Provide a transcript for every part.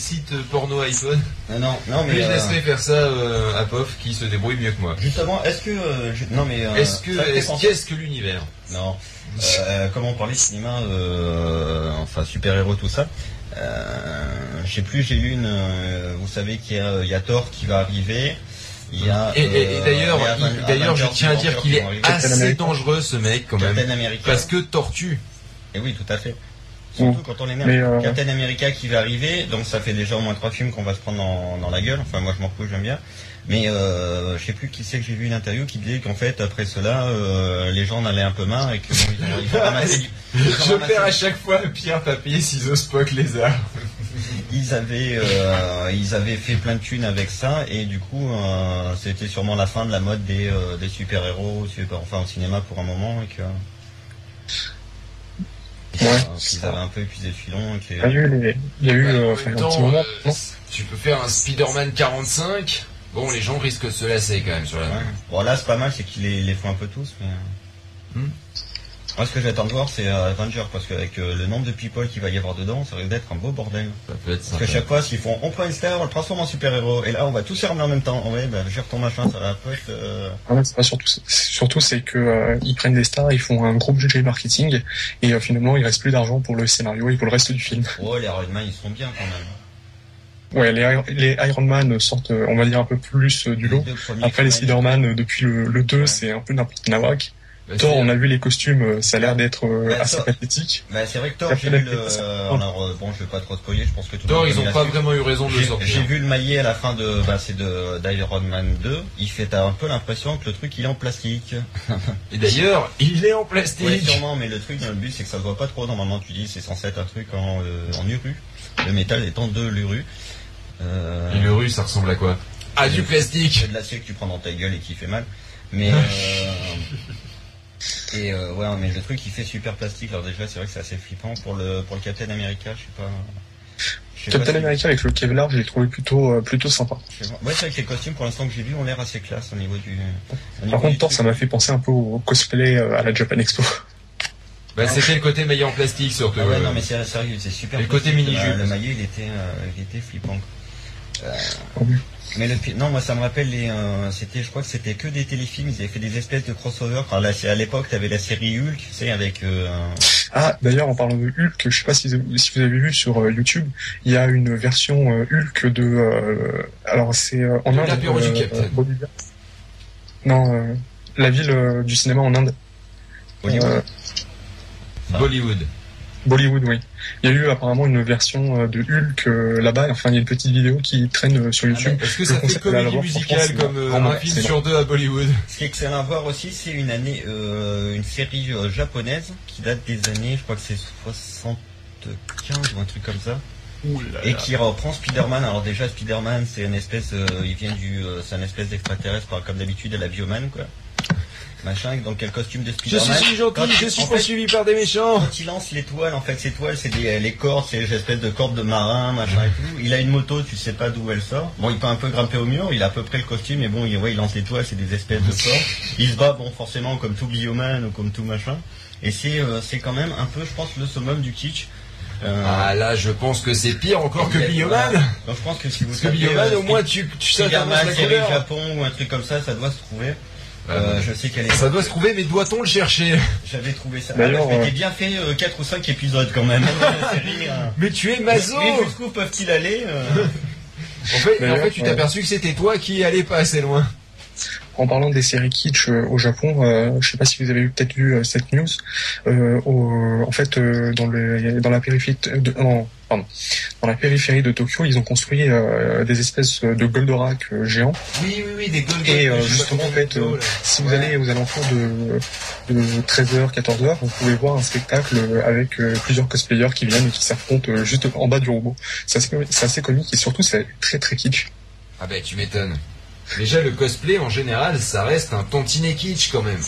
site porno iPhone. Non, non, non, mais. Mais je euh, laisserai faire ça euh, à Pof qui se débrouille mieux que moi. Justement, est-ce que. euh, je- Non, mais. euh, Est-ce que ça me fait est-ce- penser- qu'est-ce que l'univers Non. Euh, comment parler cinéma, euh, enfin super-héros, tout ça. Euh, je sais plus, j'ai lu une. euh, vous savez qu'il y, a- il y a Thor qui va arriver. Il y a. Et, et- et euh, d'ailleurs, il y a il- Aven- d'ailleurs, je Avengers tiens à qui dire vont- qu'il qui est vont arriver. assez Captain America. dangereux ce mec quand même, Captain America. parce que tortue. Et oui, tout à fait. Surtout quand on est Mais, euh, Captain America qui va arriver, donc ça fait déjà au moins trois films qu'on va se prendre dans, dans la gueule. Enfin, moi je m'en fous, j'aime bien. Mais euh, je sais plus qui c'est que j'ai vu une interview qui disait qu'en fait après cela, euh, les gens en avaient un peu marre et que bon, ils ont- ils ont ramassé du- ils ont Je ramassé perds du- à chaque fois pierre, papier, ciseaux, Spock, lézard. ils avaient euh, ils avaient fait plein de thunes avec ça et du coup euh, c'était sûrement la fin de la mode des, euh, des super héros super enfin au cinéma pour un moment et que Ouais. euh, qu'ils avaient un peu épuisé le filon et Il y a que- eu, les- il y a eu euh, enfin, un petit moment. non tu peux faire un Spider-Man 45. Bon, les gens risquent de se lasser quand même sur la Ouais. bon là c'est pas mal c'est qu'ils les, les font un peu tous mais euh, Hmm. moi ce que j'attends de voir c'est euh, Avengers parce qu'avec le nombre de people qu'il va y avoir dedans ça risque d'être un beau bordel Ça peut être parce que chaque fois s'ils font on prend une star on le transforme en super héros et là on va tous les ramener en même temps ouais bah gère ton machin ça va peut être euh, Ouais, Ah c'est pas surtout, c'est- surtout c'est que euh, ils prennent des stars, ils font un gros budget marketing et euh, finalement il reste plus d'argent pour le scénario et pour le reste du film. oh les Iron Man ils sont bien quand même Ouais, les, Iron- les Iron Man sortent, euh, on va dire un peu plus euh, du lot. deux premiers Après les Spider-Man. Spider-Man euh, depuis le, le 2, Ouais. c'est un peu n'importe nawak. Thor, on a vu les costumes, euh, ça a l'air d'être euh, Bah, assez Thor- pathétique. Bah, c'est vrai que Thor, Ça j'ai fait vu la le. petite- euh, Alors, euh, bon, je vais pas trop spoiler, je pense que tout le Thor, monde ils l'a ont pas su. vraiment eu raison de le J'ai- J'ai sortir. vu le maillet à la fin de. Bah, c'est de d'Iron Man 2. Il fait t'as un peu l'impression que le truc il est en plastique. Et d'ailleurs, il est en Oui, plastique. sûrement, mais le truc dans le but c'est que ça se voit pas trop. Normalement, tu dis c'est censé être un truc en, euh, en uru. Le métal étant de l'uru. Euh, Et le russe, ça ressemble à quoi À du plastique. C'est de l'acier que tu prends dans ta gueule et qui fait mal. Mais. Ah. euh, Et euh, ouais, mais le truc il fait super plastique. Alors déjà, c'est vrai que c'est assez flippant pour le pour le Captain America. Je sais pas. je sais pas Captain si- America avec le Kevlar, je l'ai trouvé plutôt euh, plutôt sympa. je sais pas. Ouais, c'est vrai que les costumes pour l'instant que j'ai vu ont l'air assez classe au niveau du. au niveau du Par contre Thor, truc. ça m'a fait penser un peu au cosplay euh, à la Japan Expo. Bah, c'était le côté maillé en plastique surtout. euh, Ah ouais, ouais. non, mais c'est sérieux, c'est super. Et le côté plastique. mini-jupe. Le, le maillot, il était, euh, il était flippant. quoi. Euh, Oui. mais le pi- non, moi ça me rappelle les. euh, c'était, je crois que c'était que des téléfilms. Ils avaient fait des espèces de crossover. Enfin, là, c'est- à l'époque, t'avais la série Hulk, tu sais, avec. euh, un- Ah, d'ailleurs, en parlant de Hulk, je sais pas si, si vous avez vu sur euh, YouTube, il y a une version euh, Hulk de. euh, alors, c'est euh, en De Inde. l'apéro du Capitaine. Bolivia. Non, euh, la ville euh, du cinéma en Inde. Hollywood. Euh, Bollywood. Bollywood, oui. Il y a eu apparemment une version euh, de Hulk euh, là-bas. Enfin, il y a une petite vidéo qui traîne euh, sur YouTube. Est-ce que Le ça fait concept de la comédie loi, musicale franchement, c'est comme euh, vraiment un film excellent. sur deux à Bollywood Ce qui est excellent à voir aussi, c'est une année, euh, une série euh, japonaise qui date des années, je crois que c'est 75 ou un truc comme ça, et qui reprend Spider-Man. Alors déjà, Spider-Man, c'est une espèce, euh, il vient du, euh, c'est une espèce d'extraterrestre, par- comme d'habitude, à la Bioman, quoi. Machin, donc quel costume de Spider-Man. Quand il- en fait, poursuivi par des méchants. quand il lance les toiles, en fait, ces toiles, c'est des- les cordes, c'est des espèces de cordes de marin, machin et tout. Il a une moto, tu sais pas d'où elle sort. Bon, il peut un peu grimper au mur, il a à peu près le costume, mais bon, il, ouais, il lance les toiles, c'est des espèces de cordes. Il se bat, bon, forcément, comme tout Bioman ou comme tout machin. Et c'est euh, c'est quand même un peu, je pense, le summum du kitsch. Euh, Ah là, je pense que c'est pire encore que Ouais. Bioman. donc je pense que si vous Parce que tapez, Bioman, euh, au moins, tu, tu sais, t'annonces Spider-Man, la série couleur. Japon ou un truc comme ça, ça doit se trouver. Euh, Euh, je sais qu'elle est. Ça doit se trouver, mais doit-on le chercher J'avais trouvé ça. D'ailleurs, Ah, je m'étais euh, bien fait 4 ou 5 épisodes quand même. La série, euh, Mais tu es maso Mais En jusqu'où peuvent-ils aller euh, fait, en D'ailleurs, fait, tu t'es ouais. aperçu que c'était toi qui allais pas assez loin. En parlant des séries kitsch euh, au Japon, euh, je sais pas si vous avez peut-être vu euh, cette news. euh, au- en fait, euh, dans, le, dans la périphérie de, en- pardon, dans la périphérie de Tokyo, ils ont construit euh, des espèces de Goldorak euh, géants. Oui, oui, oui, des Golden Et, euh, justement, en fait, euh, Si vous Ouais. allez aux alentours de, de 13h, 14h, vous pouvez voir un spectacle avec euh, plusieurs cosplayers qui viennent et qui s'affrontent euh, juste en bas du robot. C'est assez, c'est assez comique et surtout c'est très très kitsch. Ah bah, tu m'étonnes. Déjà, le cosplay, en général, ça reste un tantinet kitsch, quand même.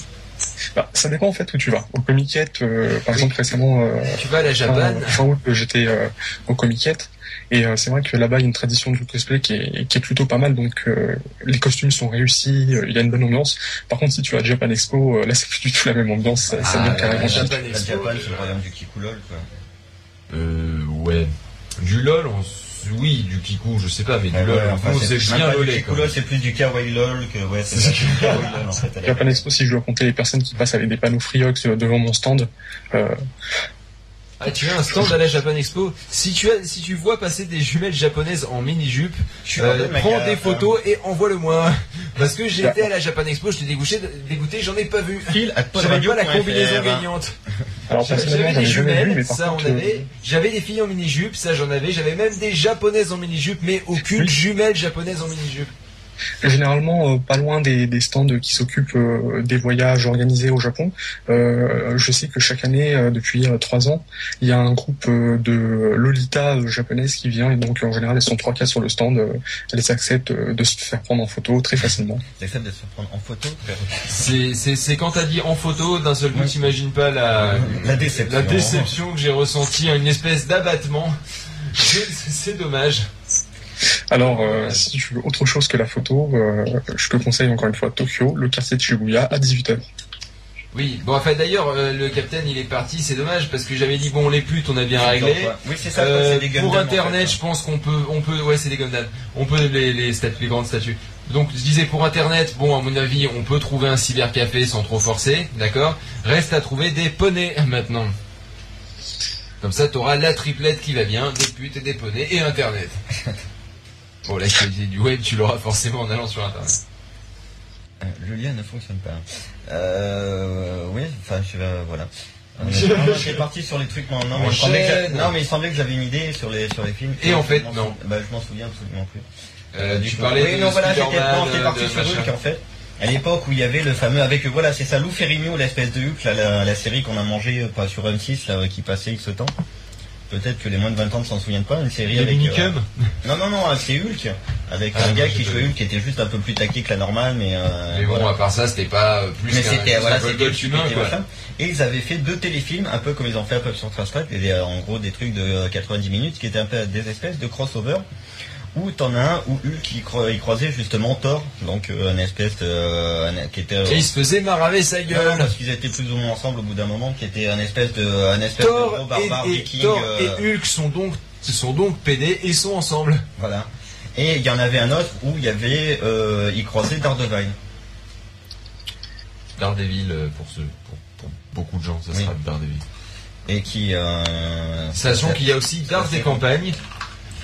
Bah, ça dépend en fait où tu vas. Au Comiquette, euh, par exemple récemment, euh, Tu vas à la fin, Japan, fin août, j'étais euh, au Comiquette. Et euh, c'est vrai que là-bas, il y a une tradition du cosplay qui est, qui est plutôt pas mal. Donc euh, les costumes sont réussis, euh, il y a une bonne ambiance. Par contre, si tu vas à Japan Expo, euh, là c'est plus du tout la même ambiance. Ça, ça Ah, devient ouais, carrément ouais, kitsch. Japan La Expo, Japan, c'est euh, le royaume du Kikulol, quoi. Euh, ouais. Du LOL, on s- oui, du Kiku, je sais pas, mais du Ouais, LOL, ouais, enfin, nous, on c'est faisait même bien pas du LOLer, quoi. Kikulo, c'est plus du Kawaii LOL que. Ouais, c'est C'est ça, du Kawaii LOL en fait. à la Japan base. Expo, si je dois compter les personnes qui passent avec des panneaux Freeox euh, devant mon stand, euh, Ah, tu veux un stand à la Japan Expo si tu, as, si tu vois passer des jumelles japonaises en mini-jupe, Je suis euh, un peu mec prends à- des photos et envoie-le-moi. Parce que j'ai Bah. été à la Japan Expo, j'étais dégoûté, dégoûté j'en ai pas vu. Fil à J'avais podradio.fr. pas la combinaison gagnante. alors personnellement J'avais j'en des ai jamais vu, mais jumelles, par ça on contre, euh, avait. J'avais des filles en mini-jupe, ça j'en avais. J'avais même des japonaises en mini-jupe, mais aucune Oui. jumelle japonaise en mini-jupe. généralement euh, pas loin des, des stands qui s'occupent euh, des voyages organisés au Japon. Euh, je sais que chaque année, euh, depuis euh, trois ans, il y a un groupe euh, de Lolita euh, japonaises qui vient et donc en général elles sont trois cas sur le stand, euh, elles acceptent euh, de se faire prendre en photo très facilement. J'accepte de se prendre en photo. C'est- C'est c'est quand t'as dit en photo, d'un seul coup, Ouais. t'imagines pas la, La déception. Ah, la déception que j'ai ressentie, une espèce d'abattement. C'est c'est dommage. Alors euh, si tu veux autre chose que la photo, euh, je te conseille encore une fois Tokyo, le quartier de Shibuya à 18h. Oui, bon, enfin d'ailleurs, euh, le capitaine il est parti, c'est dommage parce que j'avais dit, bon, les putes, on a bien réglé. Oui, c'est ça, Euh, c'est des Gundam. pour en fait, hein. internet, je pense qu'on peut, on peut, ouais, c'est des Gundam. On peut les, les, statues, les grandes statues. Donc, je disais pour internet, bon, à mon avis, on peut trouver un cybercafé sans trop forcer, d'accord. Reste à trouver des poneys maintenant. Comme ça, t'auras la triplette qui va bien, des putes et des poneys et internet. bon, l'actualité du web, tu l'auras forcément en allant sur internet. Euh, Le lien ne fonctionne pas. Euh, oui, enfin, je vais, voilà. Euh, Je- non, non, J'étais parti sur les trucs, non, non, mais il Enchaîne. semblait que j'a- non, mais il semblait que j'avais une idée sur les, sur les films. Et en fait, Je m'en non. sou- Bah, je m'en souviens absolument plus. Euh, tu Du coup, parlais oui, de non, voilà, j'étais Spider-Man, euh, non, j'étais parti de sur machin. Hulk, en fait. À l'époque où il y avait le fameux, avec, euh, voilà, c'est ça, Lou Ferrigno, l'espèce de Hulk, là, la, la série qu'on a mangé, euh, pas sur M6, là, qui passait X temps. Peut-être que les moins de 20 ans ne s'en souviennent pas, une série Les avec... euh, minicums non, non, non, c'est Hulk, avec Ah, un non, gars j'ai qui pas jouait vu. Hulk, qui était juste un peu plus taqué que la normale, mais... euh, Mais bon, voilà. à part ça, c'était pas euh, plus Mais qu'un c'était voilà, juste un c'était golgoth c'était humain, quoi. machin. Et ils avaient fait deux téléfilms, un peu comme ils ont fait un peu sur Transplant, des- euh, en gros des trucs de euh, 90 minutes, qui étaient un peu des espèces de crossover. Où t'en as un où Hulk il, cro- il croisait justement Thor, donc euh, un espèce de, euh, un- qui était euh, Et il se faisait maraver sa non, non, gueule. parce qu'ils étaient plus ou moins ensemble au bout d'un moment, qui était un espèce de un espèce de gros Thor barbare et, et- viking. Thor euh, et Hulk sont donc, sont donc PD et sont ensemble. Voilà. Et il y en avait un autre où il y avait euh, il croisait Daredevil. Daredevil, euh, pour, ceux, pour, pour beaucoup de gens, ça Oui. sera Daredevil. Et qui euh, Sachant qu'il y a aussi Dard des campagnes,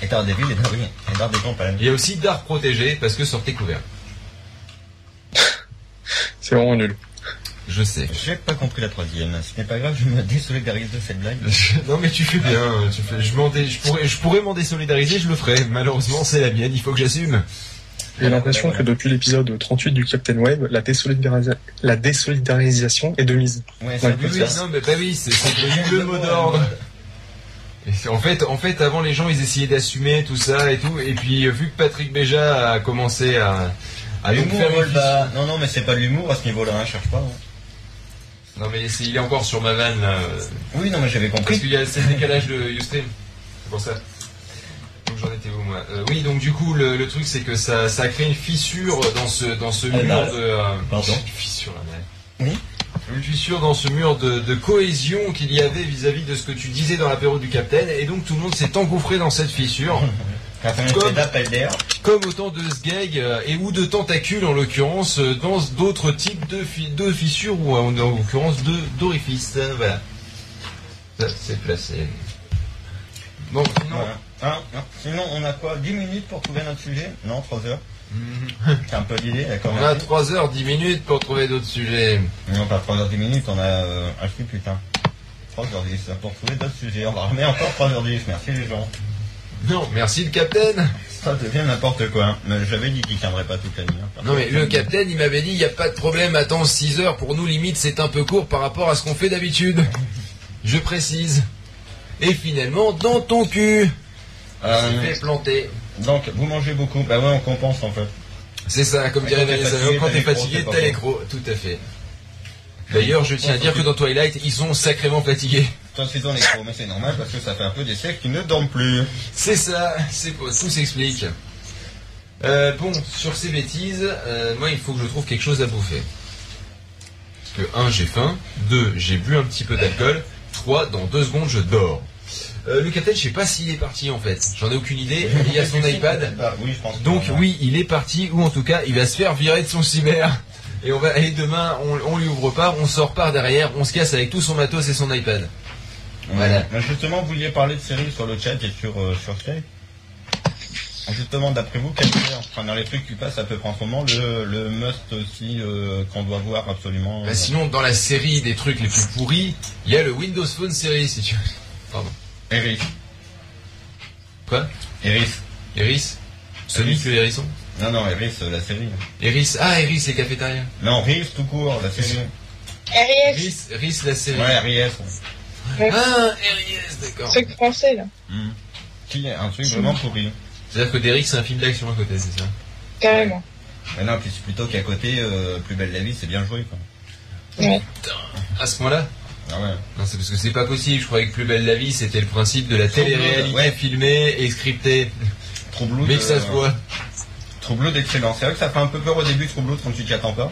et Daredevil et Daredevil et Daredevil campagne. il y a aussi Dard protégé parce que sortez couvert. C'est vraiment nul. Je sais. J'ai pas compris la troisième. Ce n'est pas grave, je me désolidarise de cette blague. non mais tu fais bien, tu fais- je, m'en dé- je pourrais, je pourrais m'en désolidariser, je le ferai. Malheureusement c'est la mienne, il faut que j'assume. J'ai l'impression que depuis l'épisode 38 du Captain Web, la, désolidari- la désolidarisation est de mise. Ouais, Ouais, c'est Oui, plus oui, ça. non mais bah oui, c'est c'est devenu le mot d'ordre. Et c'est- En fait, en fait, avant les gens ils essayaient d'assumer tout ça et tout, et puis euh, vu que Patrick Béja a commencé à, à nous L'humour, faire une Paul, bah, non, non, mais c'est pas de l'humour à ce niveau-là, hein, cherche pas. hein. Non mais c'est- il est encore sur ma vanne là. euh, Oui, non, mais j'avais Parce compris. qu'il y a c'est le décalage de Ustream. C'est pour ça. Donc j'en étais où moi Euh, Oui donc du coup le, le truc c'est que ça, ça crée une fissure dans ce dans ce mur Anal. de euh, Ah, bah, Pardon fissure anal. Oui. Une fissure dans ce mur de, de cohésion qu'il y avait vis-à-vis de ce que tu disais dans l'apéro du Capitaine et donc tout le monde s'est engouffré dans cette fissure Quand on Comme- fait d'appel d'air, comme autant de sgeg euh, et ou de tentacules en l'occurrence euh, dans d'autres types de, fi- de fissures ou en, en l'occurrence de d'orifices. Euh, Voilà. Ça c'est placé. Bon, sinon. voilà. Hein, hein. Sinon, on a quoi 10 minutes pour trouver notre sujet Non, 3 heures. Mhm. C'est un peu l'idée, d'accord On a merci. 3h10 minutes pour trouver d'autres sujets. Non, pas 3 heures 10 minutes, on a. Euh... Ah, je suis putain. 3 heures 10 pour trouver d'autres sujets. On va remettre encore 3 heures 10. Merci les gens. Non, merci le capitaine. Ça devient n'importe quoi. hein. Mais J'avais dit qu'il tiendrait pas toute la nuit. hein. Non mais le capitaine, il m'avait dit, il n'y a pas de problème, attends 6h pour nous limite, c'est un peu court par rapport à ce qu'on fait d'habitude. Je précise. Et finalement, dans ton cul, Euh, je fait planter. Donc, vous mangez beaucoup. Bah ouais, on compense en fait. C'est ça, comme Ouais, dirait quand t'es Vanessa, fatigué, quand t'as t'es l'écran, fatigué, c'est pas t'as bon. l'écro, tout à fait. D'ailleurs, je tiens à dire que dans Twilight, ils sont sacrément fatigués. Toi, c'est dans les crocs, mais c'est normal parce que ça fait un peu des siècles qu'ils ne dorment plus. C'est ça, c'est pas- tout s'explique. Euh, bon, sur ces bêtises, euh, moi il faut que je trouve quelque chose à bouffer. Parce que 1, j'ai faim, 2, j'ai bu un petit peu d'alcool, 3, dans 2 secondes je dors. Euh, le capitaine, je sais pas s'il est parti en fait. J'en ai aucune idée. Il y a son iPad. Ah, oui, je pense. Donc que- oui, il est parti, ou en tout cas, il va se faire virer de son cyber. Et, on va, et demain, on, on lui ouvre pas, on sort par derrière, on se casse avec tout son matos et son iPad. Voilà. Ouais. Justement, vous vouliez parler de séries sur le chat et sur, euh, sur Skype. Justement, d'après vous, quel est, enfin, dans les trucs qui passent à peu près en ce moment, le, le must aussi euh, qu'on doit voir absolument euh, Bah, sinon, dans la série des trucs les plus pourris, il y a le Windows Phone série, si tu veux. Eris. Quoi Eris. Eris Sonic le hérisson Non, non, Eris, euh, la série. Eris, ah Eris les cafétérias. Non, Riz tout court, la série. RIS, Eris, Eris la série. Ouais, Ries. Ah, Eris, d'accord. truc français là, Qui est un truc vraiment pourri. C'est-à-dire que Derrick, c'est un film d'action à côté, c'est ça carrément. Mais non, puis c'est plutôt qu'à côté, euh, Plus belle la vie, c'est bien joué, quoi. À ce point-là Ah ouais. Non, c'est parce que c'est pas possible. Je croyais que Plus Belle la Vie, c'était le principe de la télé-réalité Ouais. euh, filmée et scriptée. Troubleux. Mais de- que ça se voit. Troubleux d'excellence. C'est vrai que ça fait un peu peur au début, Troubleux, quand tu t'y attends pas.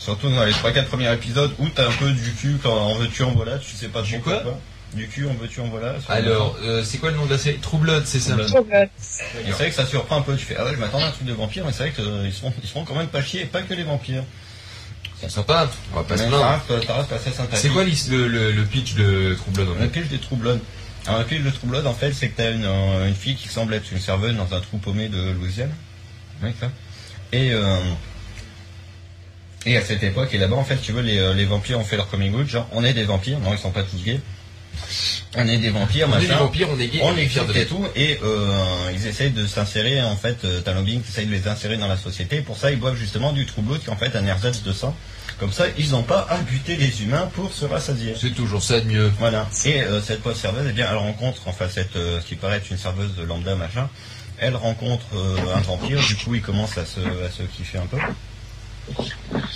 Surtout dans les 3-4 premiers épisodes où t'as un peu du cul quand on veut tu en voilà, tu sais pas Du trop quoi pourquoi. Du cul, on veut tu en voilà. sur- Alors, euh, c'est quoi le nom de la série True Blood, c'est ça Troubled. Trop bien. Et C'est vrai que ça surprend un peu, tu fais ah ouais, je m'attendais à un truc de vampire, mais c'est vrai qu'ils seront, ils seront quand même pas chiés, et pas que les vampires. C'est sympa, on va pas se Mais plaindre. ça reste, ça reste assez sympathique. C'est quoi l'is- le, le- le pitch de True Blood en La fait pige des troublades. Alors, la pige des troublades, en fait, c'est que t'as une, euh, une fille qui semble être une serveuse dans un trou paumé de Louisiane. Ouais, ça. Et, euh, et à cette époque, et là-bas, en fait, tu veux, les, euh, les vampires ont fait leur coming out, genre, on est des vampires, non, ils sont pas tous gays. On est des vampires, On est des machin. vampires, on est gays, On on est fiers de explique et l'être. tout, et euh, ils essayent de s'insérer, en fait, euh, t'as Lobbying qui essaye de les insérer dans la société, pour ça ils boivent justement du troublot qui est en fait un ersatz de sang. Comme ça, ils n'ont pas à buter les humains pour se rassasier. C'est toujours ça de mieux. Voilà. Et euh, cette pauvre serveuse, eh bien, elle rencontre, enfin, cette, euh, ce qui paraît être une serveuse de lambda, machin, elle rencontre euh, un vampire, du coup, il commence à se, à se kiffer un peu.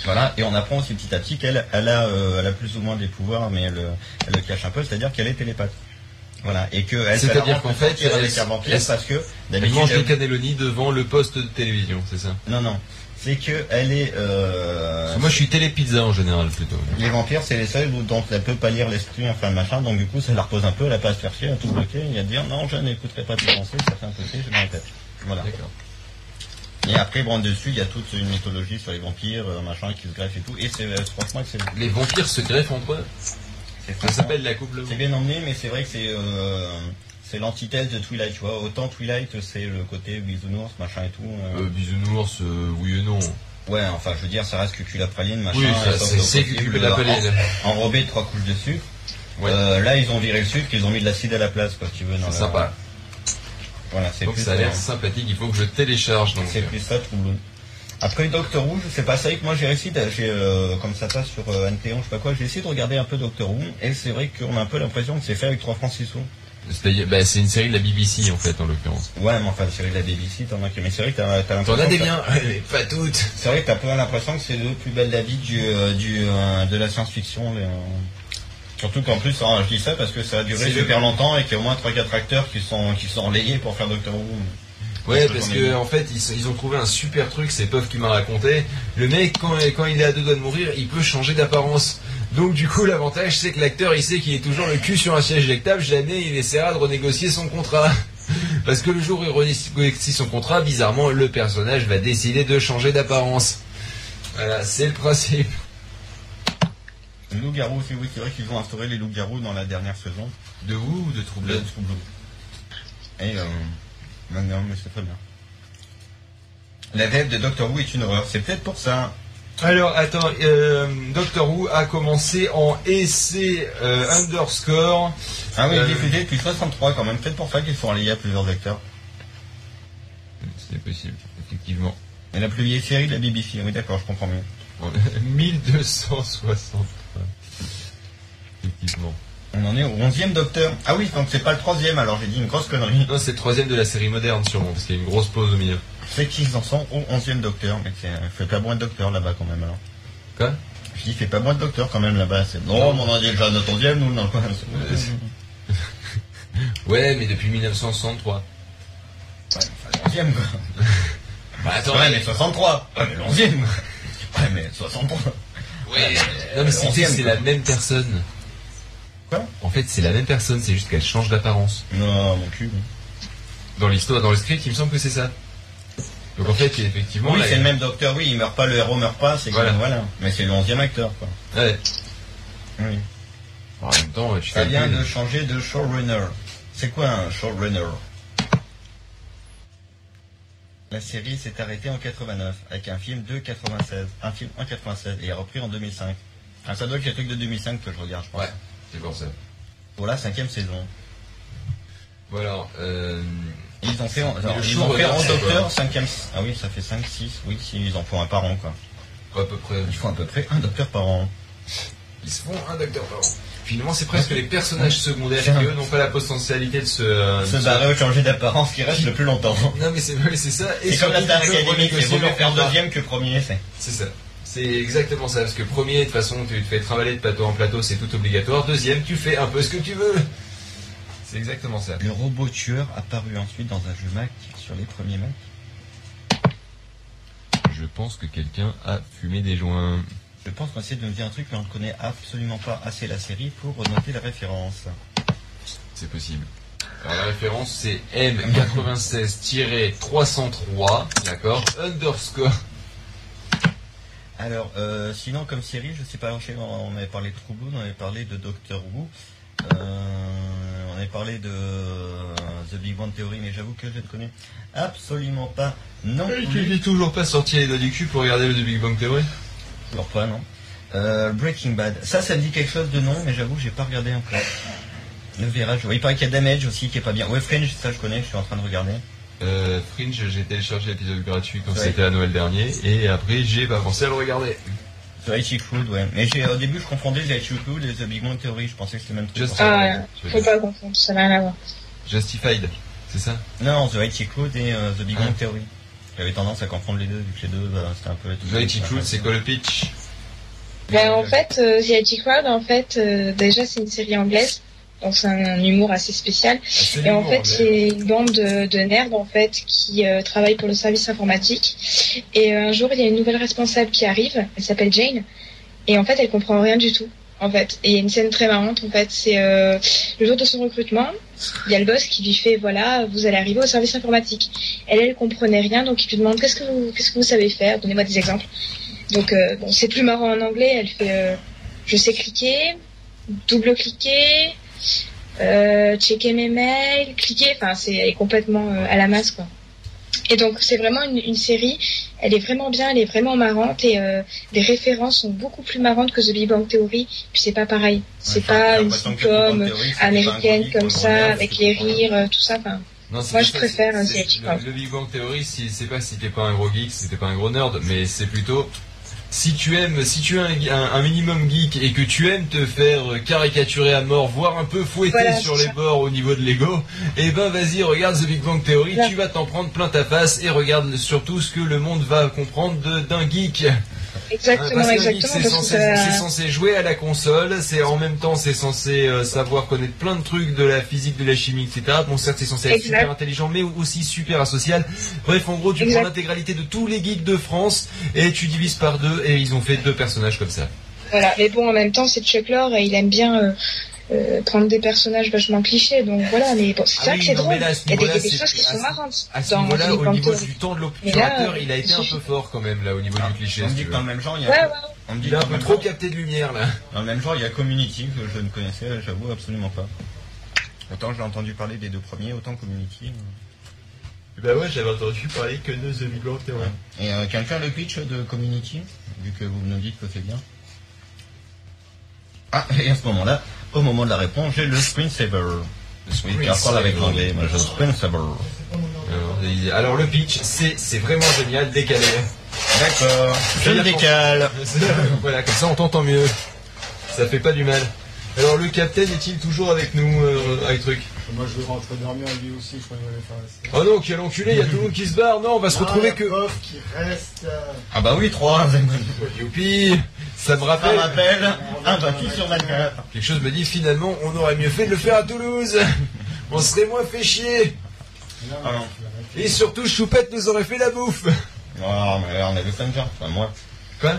Voilà, et on apprend aussi petit à petit qu'elle elle a, euh, elle a plus ou moins des pouvoirs, mais elle, euh, elle le cache un peu, c'est-à-dire qu'elle est télépathe. Voilà, et que elle C'est-à-dire s'alarme qu'en de fait, sortir elle- avec un vampire elle- parce que Elle mange des d'habitude. cannelloni devant le poste de télévision, c'est ça elle- Non, non. C'est que elle est. euh, Parce que Moi, je suis télépizza en général plutôt. Les vampires, c'est les seuls où- dont elle peut pâlir l'esprit, enfin machin, donc du coup ça la repose un peu, elle a pas à se faire chier, à tout bloquer, il y a de dire non, je n'écouterai pas tes pensées, ça fait un peu chier, je me répète. Voilà. D'accord. Et après, bon, dessus, il y a toute une mythologie sur les vampires, euh, machin, qui se greffent et tout, et c'est euh, franchement excellent. Les vampires se greffent entre eux. C'est Ça franchement- s'appelle la couple. c'est bien emmené, mais c'est vrai que c'est euh, c'est l'antithèse de Twilight, tu vois. Autant Twilight, c'est le côté bisounours, machin et tout. euh, Euh, bisounours, euh, oui et non. Ouais, enfin, je veux dire, ça reste que cul à praline, machin. Oui, et ça, sauf c'est au c'est possible, que la euh, palais. enrobé de trois couches de sucre. Ouais. Euh, là, ils ont viré le sucre, ils ont mis de l'acide à la place, quoi, si tu veux. dans C'est la- sympa. Voilà, c'est Donc plus, ça a l'air euh, sympathique, il faut que je télécharge. Donc. euh, c'est plus ça, troubleux. Après Doctor Who, c'est pas ça que moi j'ai réussi, à- j'ai, euh, comme ça passe sur euh, Anteon, je sais pas quoi, j'ai essayé de regarder un peu Doctor Who, et c'est vrai qu'on a un peu l'impression que c'est fait avec trois francs six sous. C'est-à-dire- bah, c'est une série de la BBC en fait, en l'occurrence. Ouais, mais enfin, c'est vrai que la BBC, t'en as que, mais c'est vrai que t'as, t'as l'impression. T'en as des que- biens, mais pas toutes. C'est vrai que t'as plein l'impression que c'est le plus bel avis du, euh, du, euh, de la science-fiction. les, euh. Surtout qu'en plus, hein, je dis ça parce que ça a duré C'est le- super longtemps et qu'il y a au moins 3-4 acteurs qui sont, qui sont relayés pour faire Doctor Who. Ouais, Parce que parce j'en ai que mis. en fait, ils, sont- ils ont trouvé un super truc, c'est Puff qui m'a raconté. Le mec, quand, quand il est à deux doigts de mourir, il peut changer d'apparence. Donc du coup, l'avantage, c'est que l'acteur, il sait qu'il est toujours le cul sur un siège éjectable. Jamais il essaiera de renégocier son contrat. Parce que le jour où il renégocie son contrat, bizarrement, le personnage va décider de changer d'apparence. Voilà, c'est le principe. Loup-garou aussi, oui, c'est vrai qu'ils ont instauré les loups-garous dans la dernière saison. De où ou de Le trouble trouble. Et euh, non, non, mais c'est très bien. La VF de Doctor Who est une horreur, c'est peut-être pour ça. Alors, attends, euh, Doctor Who a commencé en essai euh, underscore. Ah oui, Euh, diffusé depuis 63 quand même, peut-être pour ça qu'ils sont relayés à plusieurs acteurs. C'est possible, effectivement. Et la plus vieille série de la BBC, oui d'accord, je comprends mieux. 1263. Effectivement. On en est au 11e docteur. Ah oui, donc c'est pas le troisième, alors j'ai dit une grosse connerie. Non, c'est le troisième de la série moderne, sûrement, parce qu'il y a une grosse pause au milieu. C'est qu'ils en sont au 11e docteur, mais c'est fait pas moins de docteur là-bas quand même alors. Quoi Je dis fait pas moins de docteur quand même là-bas. C'est... Non, mais on en est déjà à notre 11e, nous, dans le coin. Euh, c'est- Ouais, mais depuis 1963. Enfin, 11e quoi. Bah attends, ouais, mais 63. Ouais, mais le 11e. Ouais, mais 63. Non, mais si le tu sais, onzième, c'est quoi. la même personne. En fait, c'est la même personne, c'est juste qu'elle change d'apparence. Non, mon cul. Dans l'histoire, dans le script, il me semble que c'est ça. Donc en fait, effectivement, oui, là, c'est le même docteur, oui, il meurt pas, le héros meurt pas, c'est que- Voilà. voilà. Mais c'est le 11 e acteur, quoi. ouais. Oui. En même temps, tu Ça fais vient de changer de showrunner. C'est quoi un showrunner La série s'est arrêtée en 89 avec un film de 96, un film en 96 et est repris en 2005. Enfin, ça doit être le truc de 2005 que je regarde, je pense. Ouais. C'est pour ça. Pour la cinquième saison. Voilà. Euh... Ils ont fait, en- Mais alors, le ils ont showrunner, fait en c'est quoi docteur cinquième. Ah oui, ça fait 5, 6, oui, si, ils en font un par an, quoi. À peu près. Ils font à peu près un docteur par an. Ils se font un docteur par an. Finalement, c'est presque les personnages secondaires qui, eux, n'ont pas la potentialité de se... euh, Se de se- barrer ou changer d'apparence qui reste le plus longtemps. Non, mais c'est oui, c'est ça. Et C'est comme la surtout, Star tu peux Academy, c'est renégocier vaut mieux leur faire contrat. deuxième que premier, c'est. C'est ça. C'est exactement ça, parce que premier, de toute façon, tu te fais travailler de plateau en plateau, c'est tout obligatoire. Deuxième, tu fais un peu ce que tu veux. C'est exactement ça. Le robot tueur apparu ensuite dans un jeu Mac sur les premiers Mac. Je pense que quelqu'un a fumé des joints. Je pense qu'on essaie de me dire un truc, mais on ne connaît absolument pas assez la série pour noter la référence. C'est possible. Alors la référence c'est M96-303, d'accord, underscore. Alors, euh, sinon, comme série, je sais pas, je sais, on on avait parlé de True Blood, on avait parlé de Doctor Who, euh, on avait parlé de euh, The Big Bang Theory, mais j'avoue que je ne connais absolument pas. Non, plus. J'ai Ah, toujours pas sorti les doigts du cul pour regarder le The Big Bang Theory. Alors pas, non. Euh, Breaking Bad. Ça, ça me dit quelque chose de non, mais j'avoue, j'ai pas regardé encore. Le virage. Ouais, il paraît qu'il y a Damage aussi qui est pas bien. Ouais, Fringe, ça je connais, je suis en train de regarder. Euh, Fringe, j'ai téléchargé l'épisode gratuit quand Ouais. c'était à Noël dernier, et après j'ai pas pensé à le regarder. The IT Food, ouais. Mais j'ai, au début, je confondais The IT Food et The Big Bang Theory. Je pensais que c'était le même truc. Just- Ah ouais, tu veux faut dire. pas confondre, ça n'a rien à voir. Justified, c'est ça Non, The IT Food et euh, The Big Ah. Bang Theory. J'avais tendance à confondre les deux, vu que les deux, bah, c'était un peu... The IT Crew, c'est quoi le pitch Ben, en fait, euh, The IT Crowd, en fait, euh, déjà, c'est une série anglaise, donc c'est un, un humour assez spécial. Et en fait, c'est une bande de, de nerds, en fait, qui euh, travaillent pour le service informatique. Et euh, un jour, il y a une nouvelle responsable qui arrive, elle s'appelle Jane, et en fait, elle comprend rien du tout, en fait. Et il y a une scène très marrante, en fait, c'est euh, le jour de son recrutement, il y a le boss qui lui fait, voilà, vous allez arriver au service informatique. Elle, elle comprenait rien, donc il lui demande, qu'est-ce que vous, qu'est-ce que vous savez faire Donnez-moi des exemples. Donc, euh, bon, c'est plus marrant en anglais, elle fait, euh, je sais cliquer, double-cliquer, euh, checker mes mails, cliquer, enfin, c'est elle est complètement euh, à la masse, quoi. Et donc, c'est vraiment une, une série, elle est vraiment bien, elle est vraiment marrante, et euh, les références sont beaucoup plus marrantes que The Big Bang Theory, puis c'est pas pareil. C'est pas une sitcom américaine comme ça, avec les rires, euh, tout ça, enfin, Non, c'est Moi, pas je ça, préfère c'est- un c'est- CH, le- quoi. Le Big Bang Theory, si, c'est pas si t'es pas un gros geek, si t'es pas un gros nerd, mais c'est plutôt si tu aimes, si tu es un, un- un minimum geek et que tu aimes te faire euh, caricaturer à mort, voire un peu fouetter Voilà, sur c'est les ça. bords au niveau de l'ego, eh ben vas-y, regarde The Big Bang Theory, Là. tu vas t'en prendre plein ta face et regarde surtout ce que le monde va comprendre de- d'un geek. exactement, Ah, Parce que le geek, exactement, c'est parce que censé, ça- c'est censé jouer à la console, c'est en même temps c'est censé euh, savoir connaître plein de trucs de la physique, de la chimie, etc. Bon certes c'est censé être Exact. super intelligent mais aussi super asocial. Bref en gros tu Exact. prends l'intégralité de tous les geeks de France et tu divises par deux et ils ont fait deux personnages comme ça. Voilà, mais bon, en même temps, c'est Chuck Lorre et il aime bien euh, euh, prendre des personnages vachement clichés, donc voilà, mais bon, c'est Ah vrai oui, que c'est non, mais drôle. là, à ce Il y a des, niveau-là, des c'est- choses qui à sont ce- marrantes À ce dans niveau là Billy au niveau Bang du temps de Mais là, l'obturateur il a été un il peu fort quand même là au niveau du cliché. Ah, on me si dit tu que veux. dans le même genre, il y a, Theory. Ouais, ouais, on me dit Il a un dans le peu même trop genre- capté de lumière là. dans le même genre, il y a Community que je ne connaissais, j'avoue, absolument pas. Autant j'ai entendu parler des deux premiers, autant Community. euh, Bah ouais j'avais entendu parler que de The Big Bang Theory. Et euh, quelqu'un le pitch de Community, vu que vous nous dites que c'est bien. Ah, et à ce moment-là, au moment de la réponse, j'ai le screensaver. Oui, car je parle avec Euh, l'anglais, moi j'ai le screensaver. Alors, il- Alors le pitch, c'est c'est vraiment génial, décalé. D'accord, je le décale. voilà, comme ça on t'entend mieux. Ça fait pas du mal. Alors le capitaine est-il toujours avec nous, euh, avec truc Moi je vais rentrer dormir lui aussi, je crois qu'il va les faire rester. Oh non, quel enculé, il y a tout le monde qui se barre. Non, on va se retrouver Ah, que. la pauvre qui reste. euh, Ah bah oui, Ah, bah. 3, Youpi Ça me ça rappelle. m'appelle, un 28 sur 24. Quelque chose me dit finalement, on aurait mieux fait de le faire à Toulouse. On serait moins fait chier. non, Ah non. je l'arrête. Et Ah, surtout, Choupette nous aurait fait la bouffe. Oh, mais on a vu ça me faire, enfin moi. Quoi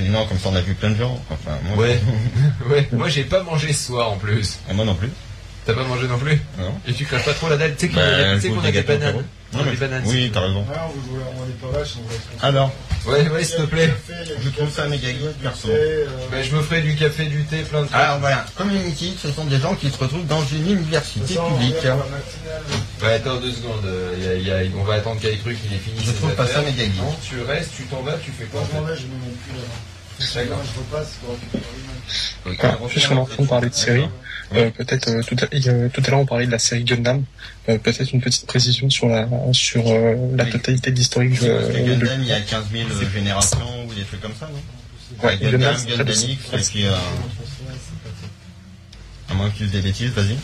Non, comme ça on a vu plein de gens. Enfin, moi, Ouais. ouais. Moi, j'ai pas mangé ce soir en plus. Ah, moi non plus. T'as pas mangé non plus Non. Et tu craches pas trop la dalle. Tu sais qu'on Bah, a, le tu sais goût qu'on des a des gâteaux, bananes. Non, On a mais- des bananes. Oui, t'as raison. Ah, on joue- on est pas vache, on va se- Alors, Ouais, ouais, Ah, s'il te plaît. Je trouve ça méga geek, perso. euh, Bah, je me ferai du café, du thé, plein de trucs. alors voilà, community, ce sont des gens qui se retrouvent dans une université publique. euh, hein. Ouais, attends deux secondes. euh, y a- y a- on va attendre qu'avec Ruc il ait fini. Je ses trouve pas ça affaires. méga geek. Non, tu restes, tu t'en vas, tu fais quoi en Quand je m'en fait vais, je mets mon pull avant. D'accord. Je repasse pour récupérer l'image. Voilà, puisqu'on est en train de parler de séries, euh, peut-être euh, tout, à, euh, tout à l'heure on parlait de la série Gundam, Euh, peut-être une petite précision sur la sur euh, la Oui. totalité de l'historique Parce euh, que de Gundam, il y a 15 000 générations ou des trucs comme ça, non Ouais, Gundam, Gundam, c'est Gundam très X, et possible. puis... euh, À moins que tu dises des bêtises, vas-y.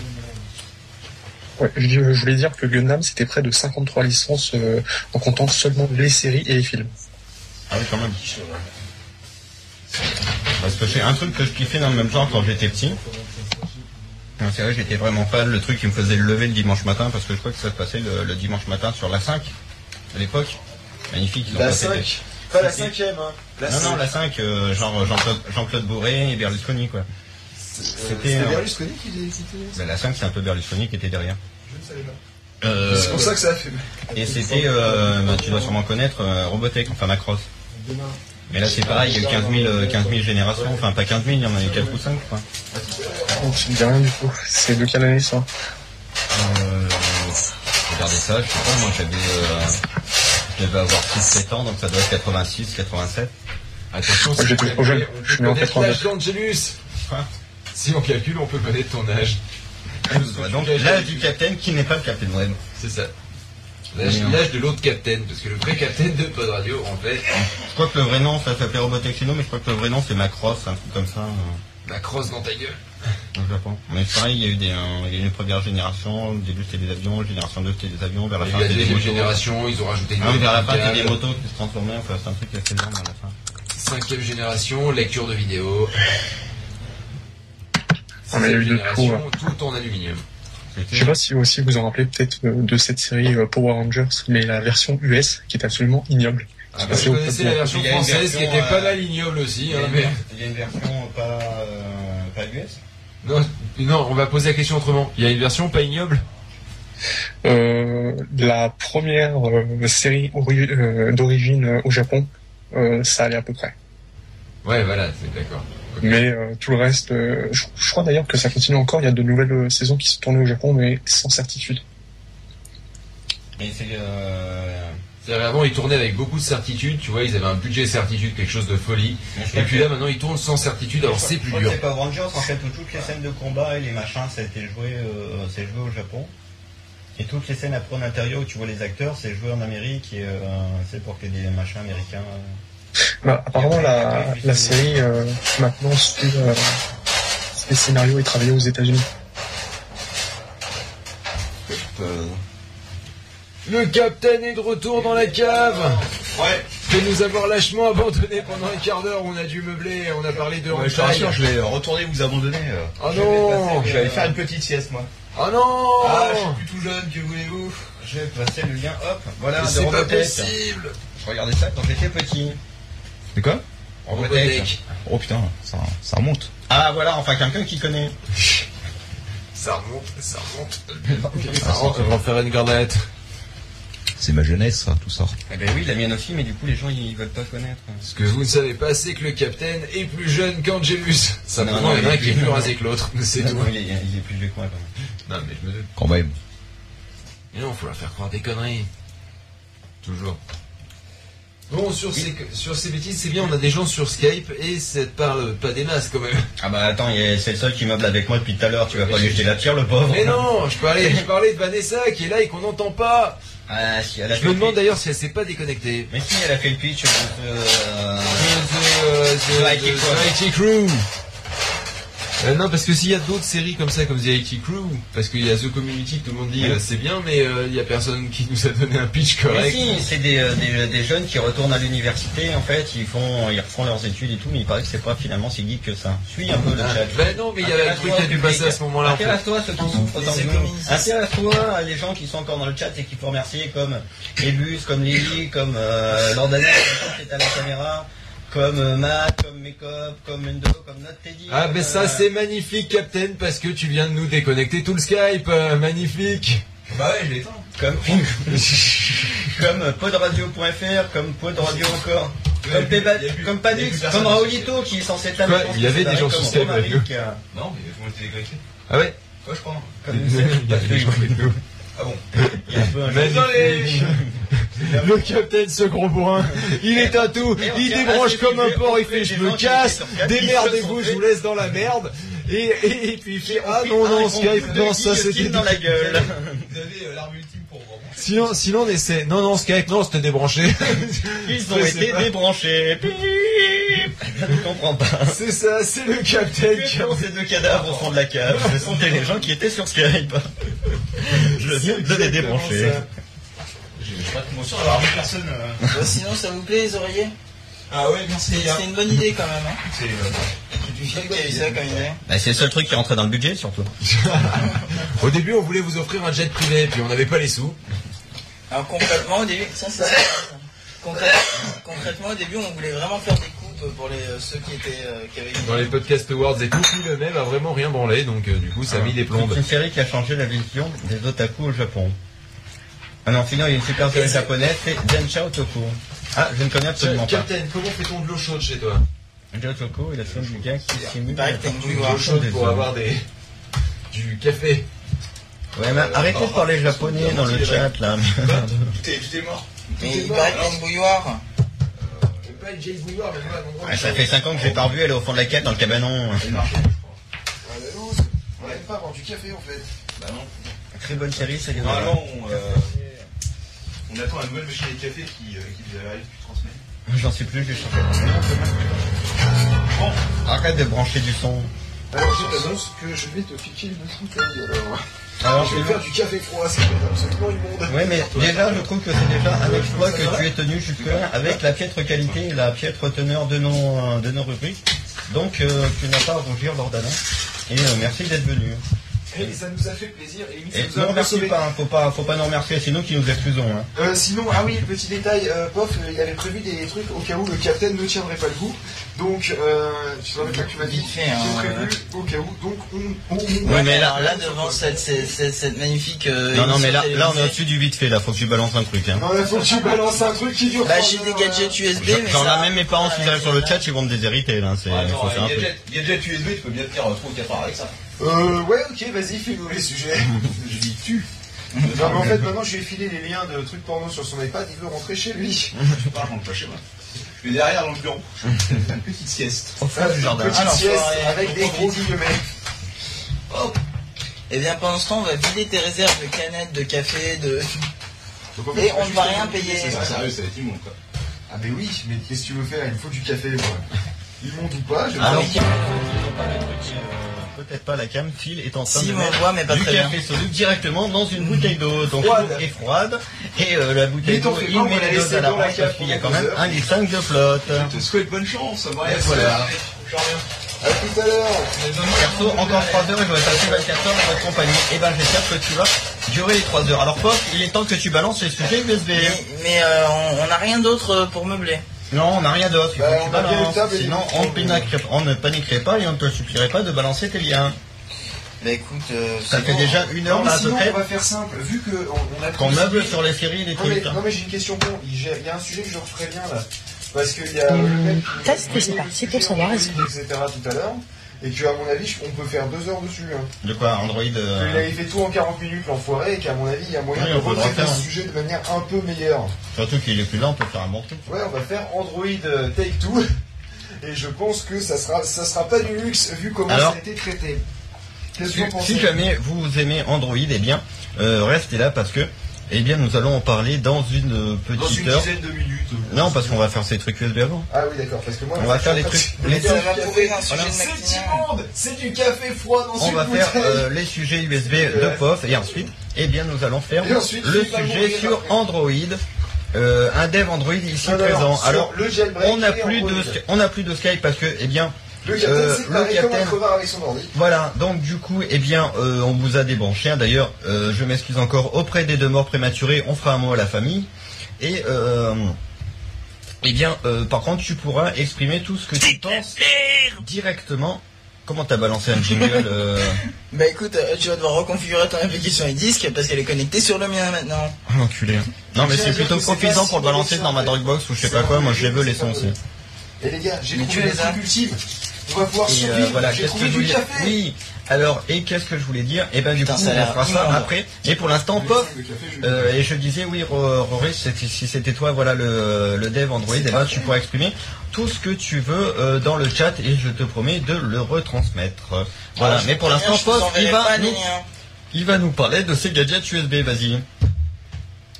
Ouais, je, je voulais dire que Gundam c'était près de 53 licences euh, en comptant seulement les séries et les films. Ah oui, quand même. Parce que c'est un truc que je kiffais dans le même genre quand j'étais petit. Non, C'est vrai, j'étais vraiment fan. Le truc qui me faisait lever le dimanche matin, parce que je crois que ça se passait le, le dimanche matin sur la 5, à l'époque. Magnifique. ils ont La passé des- 5 Pas la Si, si. cinquième, hein. La non, non, la 5, euh, genre Jean-Claude Jean-Claude Bourré et Berlusconi, quoi. C'était euh, Berlusconi qui les quittés Ben, la 5, c'est un peu Berlusconi qui était derrière. Je ne savais pas. Euh, C'est pour ça que ça a fait mal. et c'était, euh, bah, ben, tu dois sûrement connaître, euh, Robotech, enfin Macross. Demain. Mais là, c'est pareil, il y a eu 15 000, euh, 15 000 générations, enfin pas 15 000, il y en a eu 4 ou 5, quoi. Donc, je ne dis rien du coup. C'est de quelle année ça Euh, regardez ça, je sais pas, moi j'avais, euh, je devais avoir 6-7 ans, donc ça doit être 86, 87. Attention, si Moi, on Ah, j'étais trop jeune. calcule, on Je peut suis né en connaître l'âge 89. d'Angelus. Quoi Si on calcule, on peut connaître ton âge. Donc l'âge du capitaine qui n'est pas le capitaine Web. C'est ça. L'âge Bien. l'âge de l'autre capitaine, parce que le vrai capitaine de Pod Radio, en fait, Je crois que le vrai nom, ça s'appelait Robotech chez nous, mais je crois que le vrai nom c'est Macross, un truc comme ça, euh, la crosse dans ta gueule. au Japon. Mais c'est pareil, il y a eu des, euh, il y a eu les premières générations, au début c'était des avions, génération 2 c'était des avions, vers la Il y fin a eu la c'était des deuxième motos. génération, ils ont rajouté une Ah oui, vers la fin verticale. c'était des motos qui se transformaient, enfin c'est un truc assez énorme à la fin. Cinquième génération, lecture de vidéo. Ah, mais il y a eu Sixième de tout, génération, tout en aluminium. C'était- Je sais pas si vous aussi vous en rappelez peut-être euh, de cette série euh, Power Rangers, mais la version US qui est absolument ignoble. Ah, bah, parce je que- connaissais la version il y a une française qui version, était pas euh, mal ignoble aussi. Il y a hein, une mais... ver- il y a une version pas, euh, pas US non, non, on va poser la question autrement. Il y a une version pas ignoble Euh, la première euh, série ori- euh, d'origine euh, au Japon, euh, ça allait à peu près. Ouais, voilà, c'est d'accord. Mais euh, tout le reste, euh, je, je crois d'ailleurs que ça continue encore. Il y a de nouvelles euh, saisons qui sont tournées au Japon, mais sans certitude. Mais c'est euh... C'est-à-dire avant, ils tournaient avec beaucoup de certitude, tu vois, ils avaient un budget certitude, quelque chose de folie. mais je Et crois puis que- là, maintenant, ils tournent sans certitude, alors c'est je plus crois dur. que C'est pas Rangers en fait où toutes les scènes de combat et les machins ça a été joué euh, c'est joué au Japon. Et toutes les scènes après en intérieur où tu vois les acteurs c'est joué en Amérique et euh, c'est pour que des machins américains. euh. Bah, apparemment, la, la série euh, maintenant suit euh, les scénarios et travaillés aux États-Unis. Le capitaine est de retour dans la cave Ouais. Que nous avons lâchement abandonné pendant un quart d'heure, on a dû meubler, on a parlé de Ouais, je te hantai. rassure, je vais euh, retourner vous abandonner. euh. Oh non Je vais aller faire une petite sieste, moi. Oh non Ah, je suis plus tout jeune, que voulez-vous Je vais passer le lien hop voilà Mais de Ah, C'est pas Robotech. possible Je regardais ça quand j'étais petit. De quoi Robotech. Robotech. Oh putain, ça, ça remonte. Ah voilà enfin quelqu'un qui connaît. Ça remonte, ça remonte. on va faire une grenade. C'est ma jeunesse, ça, tout ça. Eh ben oui la mienne aussi mais du coup les gens ils veulent pas connaître. Ce que vous ne savez pas, c'est que le capitaine est plus jeune qu'Angelus. Ça Non, prend non, il y en a un mais- qui est plus rasé que l'autre, c'est tout. Non, Ah il, est, il est plus vieux que moi. quand même. Non, mais je me doute. Quand même. Mais non, faut leur faire croire des conneries. Toujours. Bon, sur, ces, sur ces bêtises, c'est bien, on a des gens sur Skype et ça te parle pas des masses quand même. Ah bah attends, il est- c'est le seul qui meuble avec moi depuis tout à l'heure, tu vas pas lui jeter la pierre le pauvre. Mais non, je parlais, je parlais de Vanessa qui est là et qu'on n'entend pas. Ah si, elle a Je fait me le demande pitch. d'ailleurs si elle s'est pas déconnectée. Mais si, elle a fait le pitch de euh, The, euh, the- The IT the- Crew. the IT Crew. Euh, non, parce que s'il y a d'autres séries comme ça, comme The IT Crew, parce qu'il y a The Community, tout le monde dit Ouais. euh, c'est bien, mais euh, il y a personne qui nous a donné un pitch Mais correct. si, c'est des, euh, des, des jeunes qui retournent à l'université, en fait, ils font, ils refont leurs études et tout, mais il paraît que c'est pas finalement si geek que ça. Suis un peu le chat. Ben non, Ah, mais il y avait un truc qui a dû passer à ce moment-là en fait. Intéresse-toi à ceux qui souffrent autant que nous. Intéresse-toi à les gens qui sont encore dans le chat et qui faut remercier comme Ebus, comme Lily, comme euh, Lordanais, qui est à la caméra, Comme euh, Matt, comme Makeup, comme Mendo, comme Not Teddy. Ah comme, ben ça euh, c'est magnifique Captain parce que tu viens de nous déconnecter tout le Skype, euh, magnifique. Bah ouais, je l'éteins. Comme, Oh. comme euh, podradio.fr, comme podradio encore. Comme, Péba- il y a plus- comme il y a Padix, plus personne comme sur Raoulito qui est censé être là. Quoi, mais je pense il y que avait des gens c'est pareil, sur comme Skype, Romaric, avec euh, Non, mais vous m'avez déconnecté. Ah ouais. Quoi, je prends comme- Il y a des gens avec nous. Ah bon il y a un peu un- Magnifique. Le Captain ce gros bourrin, il est à tout, Et on il tient débranche assez comme un sujet, porc, on il fait fait je des gens me qui casse, étaient sur Skype, démerdez-vous, ils se je sont vous laisse dans la merde. Et, et, et puis il fait ah non Ah, non on fout Skype, deux non ça guillotines c'était dans la gueule. Vous avez euh, l'arme ultime pour vous. Sinon, sinon on essaie. Non, non, Skype, non, c'était débranché. Ils ont Je sais été pas. débranchés. Bip. Je ne comprends pas. c'est ça, c'est le Captain. Que font ces deux cadavres au fond de la cave Ce sont des gens qui étaient sur Skype. Je viens de les débrancher. Je suis pas trop sûr d'avoir vu personne. euh, Bon, sinon, ça vous plaît les oreillers Ah ouais, merci les C'est gars. c'est une bonne idée quand même. Hein C'est. euh, Je sais qu'il y a eu ça comme idée. Bah, c'est le seul truc qui rentrait dans le budget surtout. Au début, on voulait vous offrir un jet privé, puis on n'avait pas les sous. Alors concrètement, au début, ça, ça, ça. Concrète- concrètement, au début, on voulait vraiment faire des coupes pour les, euh, ceux qui étaient euh, qui avaient. Dans les podcast awards et tout, puis le même a vraiment rien branlé, donc euh, du coup, Ah. ça a mis des plombes. C'est une série qui a changé la vision des otaku au Japon. Ah non, sinon il y a une super série japonaise, c'est Densha Otoku. Ah, je ne connais absolument pas. Captain, Euh, comment fait-on de l'eau chaude chez toi Densha Otoku est la série du gars qui Il simule... paraît que t'as une De bouilloire. l'eau chaude des pour hommes. avoir des... du café. Ouais, mais arrêtez de parler japonais dans le chat là. Tout est, tout est mort. Mais il paraît que t'as une bouilloire. Pas une vieille bouilloire, mais pas un endroit. Ah, ça fait 5 ans que je l'ai pas revu, elle est au fond de la cave dans le cabanon. Ah, la loose. On n'arrive pas à avoir du café en fait. Bah non. Très bonne série, c'est Normalement, on, euh, on attend la nouvelle machine à café qui, euh, qui devait arriver depuis 3 semaines. J'en sais plus, je vais changer. Arrête de brancher du son. Alors je t'annonce que je vais te piquer une bouteille alors. Alors, Ah, je vais faire du café froid, c'est absolument immonde. Oui, mais déjà, je trouve que c'est déjà un exploit que tu es tenu jusque-là avec la piètre qualité et la piètre teneur de nos, euh, de nos rubriques. Donc, euh, tu n'as pas à rougir, Lordana. Et euh, merci d'être venu. Et ça nous a fait plaisir et limite, ça Et nous ne a un peu remercie sauvé. pas, hein, faut pas, faut pas nous remercier, sinon qui nous excusons. Hein. Euh, sinon, ah oui, petit détail, euh, Pof, euh, il avait prévu des trucs au cas où le capitaine ne tiendrait pas le coup. Donc, euh, tu te rappelles là que tu m'as dit, Vite fait, hein, j'ai prévu ouais. au cas où. Donc, on. on, Ouais, on- mais là- Alors là, devant cette, cette, cette, cette magnifique. euh, Non, non, mais là, émission là, on est télévisée, au-dessus du vite fait, là, faut que tu balances un truc. Hein. Non, là, faut que tu balances un truc qui dure. Bah, trois j'ai des heures, gadgets USB, mais. Genre ça- là, même mes Ah, parents, s'ils arrivent sur le chat, ils vont me déshériter, là. C'est, Attends, faut faire un euh, truc. gadget, gadget USB, tu peux bien tenir 3 ou 4 heures avec ça. euh. Euh, ouais, ok, vas-y, fais-nous les sujets. Je dis tu. non, mais en fait, maintenant, je lui ai filé les liens de trucs porno sur son iPad, il veut rentrer chez lui. Je pars dans le pas chez moi. Je vais derrière dans le bureau. Une petite sieste. Au fond du jardin. Petite bah, Alors, sieste soirée, avec des gros guillemets. Eh bien, pendant ce temps, on va vider tes réserves de canettes, de café, de. Donc, en Et fait, on ne juste va des rien gros guillemets, payer. c'est Ah, ça. sérieux, ça va être immonde quoi. Ah, mais oui, mais qu'est-ce que tu veux faire Il me faut du café, moi. Il monte ou pas Ah, je- Alors, peut-être pas la cam, Phil est en train Si, de mais on mettre voit, mais pas du très bien. café soluble directement dans une bouteille d'eau. Donc Froide. l'eau est froide et euh, la bouteille Mais t'en d'eau, fais il pas, on met va la les doses laisser à la dans la planche cave parce qu'il y a quand pendant même deux heures. 1,5 de flotte. Je te souhaite bonne chance. Moi, Et voilà. À tout à l'heure Perso, encore 3 heures et je vais passer 24 heures dans votre compagnie. Et ben j'espère que tu vas durer les 3 heures. Alors Pof, il est temps que tu balances les sujets USB. Mais, mais, euh, on- on n'a rien d'autre euh, pour meubler. Non, on n'a rien d'autre, il faut Bah, que tu on a bien balances. une table et Sinon des on, micros. paniquerait- on ne paniquerait pas et on ne te supplierait pas de balancer tes liens. Bah écoute, euh, Ça c'est fait bon. déjà une heure Non, mais là à peu sinon, près on va faire simple. Vu qu'on on a qu'on pris- meuble sur les séries et les Non, mais, trucs. non, mais j'ai une question con. Il gère- il y a un sujet que je referais bien là. Parce qu'il y a. le mec qui- Test, c'est parti pour savoir est-ce que- Etc. tout à l'heure. Et que, à mon avis, je- on peut faire deux heures dessus. Hein. De quoi Android Parce euh, qu'il avait fait tout en 40 minutes, l'enfoiré, et qu'à mon avis, il y a moyen Oui, de on peut le retraiter refaire, ce hein. sujet de manière un peu meilleure. Surtout qu'il est plus là, on peut faire un bon truc. Ouais, on va faire Android euh, Take Two. Et je pense que ça sera, ça sera pas du luxe vu comment Alors ça a été traité. Qu'est-ce que vous Si, en pensez si jamais vous aimez Android, eh bien, euh, restez là parce que, eh bien, nous allons en parler dans une euh, petite Dans une heure. dizaine de minutes. Non, parce qu'on va faire ces trucs USB avant. Ah oui, d'accord, parce que moi. On va faire les trucs. les Ça trucs- va couvrir un sujet Voilà. de matinée. C'est du café froid dans on une va bouteille. faire euh, les sujets USB de POF et ensuite, eh bien, nous allons faire Et ensuite, le il va sujet mourir sur après. Ah, bah Android. Euh, un dev Android ici Non, non, non, présent. sur Alors, le jailbreak on n'a et plus de, Android. Sky- on n'a plus de Skype parce que, eh bien, Le capitaine, euh, c'est le pareil comme un capitaine- crevard avec son ordi. Voilà, donc du coup, eh bien, euh, on vous a débranché. hein. D'ailleurs, euh, je m'excuse encore auprès des deux morts prématurés. On fera un mot à la famille. Et euh, Eh bien, euh, par contre, tu pourras exprimer tout ce que tu penses directement. Comment t'as balancé un jingle euh, Bah écoute, euh, tu vas devoir reconfigurer ton application et disque parce qu'elle est connectée sur le mien maintenant. Ah, l'enculé. Non, mais c'est plutôt profitant pour le balancer dans ma Dropbox ou je sais pas quoi. Moi, je les veux, les sons euh, aussi. Et les gars, j'ai Mais trouvé tu les les as. trucs ultimes. On va pouvoir Et euh, survivre. voilà, j'ai qu'est-ce que trouvé je du voulais dire café. Oui. Alors, et qu'est-ce que je voulais dire Eh ben, du Putain, coup, ça a on l'air fera ça immonde. après. Et pour l'instant, Le pop. café, je- Euh, et je disais, oui, Ro- Rory, c'était- si c'était toi, voilà, le, le dev Android, eh ben, tu pourras exprimer tout ce que tu veux euh, dans le chat et je te promets de le retransmettre. Voilà, Ah, je mais pour te l'instant, préviens, je Pof, vous il enverrai va, pas les nous, liens. il va nous parler de ses gadgets USB, vas-y.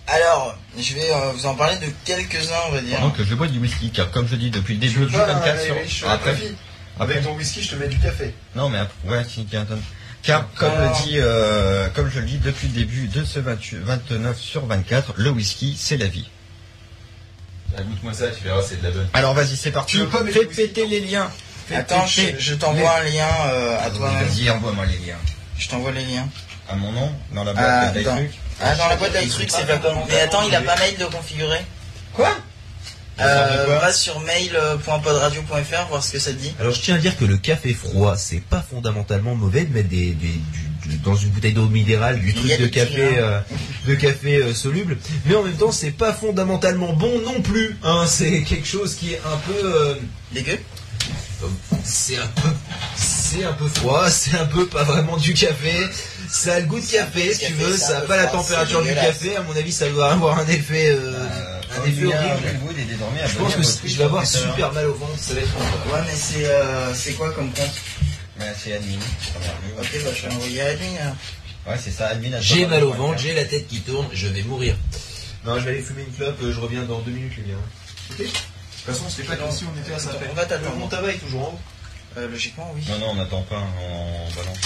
Alors, je vais euh, vous en parler de quelques-uns, on va dire. Pendant que je bois du whisky, car comme je dis depuis le début du Voilà, 24 allez, sur... je suis Après, ravi. après- Avec ton whisky, je te mets du café. Non, mais après, ouais, si, tiens, attends. Car, comme, Ah. le dit, euh, comme je le dis depuis le début de ce 28 29 sur 24, le whisky, c'est la vie. Ah, Goûte-moi ça, tu verras, c'est de la bonne. Alors, vas-y, c'est parti. Tu veux pas mettre Fais le whisky péter les liens. Fais Attends, péter. je, je t'envoie un lien euh, à toi même. Vas-y, envoie-moi les liens. Je t'envoie les liens. À mon nom, dans la Ah, boîte de dans, trucs. ah, dans la boîte d'iTruc, c'est pas con. Mais attends, il a pas mail de configurer. Quoi Ça dit quoi euh, Va sur mail.podradio.fr, voir ce que ça te dit. Alors je tiens à dire que le café froid, c'est pas fondamentalement mauvais de mettre des, des- du- du- dans une bouteille d'eau minérale du Il y a truc de des petits grains. hein. café, euh, de café euh, soluble, mais en même temps c'est pas fondamentalement bon non plus. hein. c'est quelque chose qui est un peu, euh, Dégueu c'est un peu, c'est un peu froid, c'est un peu pas vraiment du café. Ça a le goût de café, si tu Café, veux, c'est un ça a peu pas la froid, température c'est du dégueulasse. café. À mon avis, ça doit avoir un effet, euh, un effet horrible. Hollywood est désormais Je pense abonné que à c'est- votre je vais avoir Twitter. super mal au ventre, ça va être Ouais, mais c'est euh, c'est quoi comme compte Ouais, Bah, c'est admin. Ok, bah je vais envoyer à lui. hein. Ouais, c'est ça, admin. à J'ai Twitter. mal au ventre, j'ai la tête qui tourne, je vais mourir. Non, je vais aller fumer une clope, euh, je reviens dans deux minutes, les gars. De toute façon, c'était pas comme si on était à sa On va Le mon t'attendre. tabac est toujours en haut. Euh, logiquement, oui. Non, non, on n'attend pas, on balance.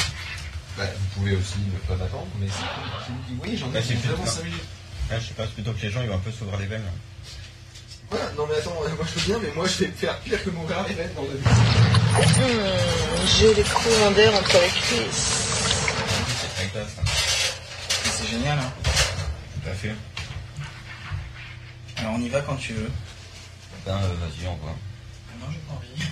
Bah, vous pouvez aussi ne pas m'attendre, mais c'est c'est vous qui- Oui, j'en Bah, ai c'est plus vraiment tard. 5 minutes. Ouais, je sais pas, c'est plutôt que les gens, ils vont un peu s'ouvrir les veines. là. Voilà, non mais attends, moi je veux bien, mais moi je vais faire pire que mon gars Even dans le. J'ai les d'air entre les cuisses. Avec toi, ça. C'est génial. Hein. Tout à fait. Alors on y va quand tu veux. Ben, euh, vas-y, on voit. Non, j'ai pas envie.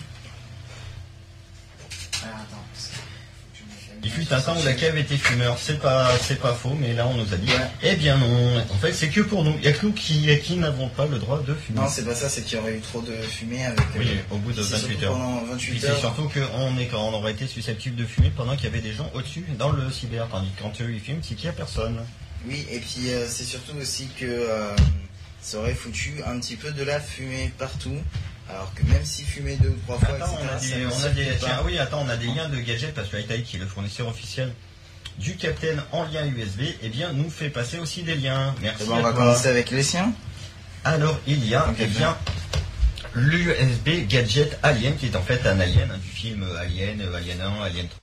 Alors Ah, attends. parce que faut que je me calme. Il fut un temps où la cave était fumeur, c'est pas, c'est pas faux, mais là on nous a dit, eh bien non, en fait c'est que pour nous, il y a que nous qui, qui n'avons pas le droit de fumer. Non, c'est pas ça, c'est qu'il y aurait eu trop de fumée avec. euh, Oui, au bout de c'est 28 surtout heures. Pendant Puis 28 c'est heures. surtout qu'on est, on aurait été susceptible de fumer pendant qu'il y avait des gens au-dessus dans le cyber, tandis que quand eux ils fument, c'est qu'il n'y a personne. Oui, et puis euh, c'est surtout aussi que euh, ça aurait foutu un petit peu de la fumée partout. Alors que même si fumer deux ou trois fois, Attends, on a etc., des, ça on ne a des- suffit pas. tiens, ah oui, attends, on a des liens de gadgets parce que Hightech, qui est le fournisseur officiel du Captain en lien USB, eh bien nous fait passer aussi des liens. Merci. Eh à ben, on va toi. commencer avec les siens. Alors il y a Ok, eh bien l'USB Gadget Alien qui est en fait un alien hein, du film euh, Alien, euh, Alien 1, Alien 3.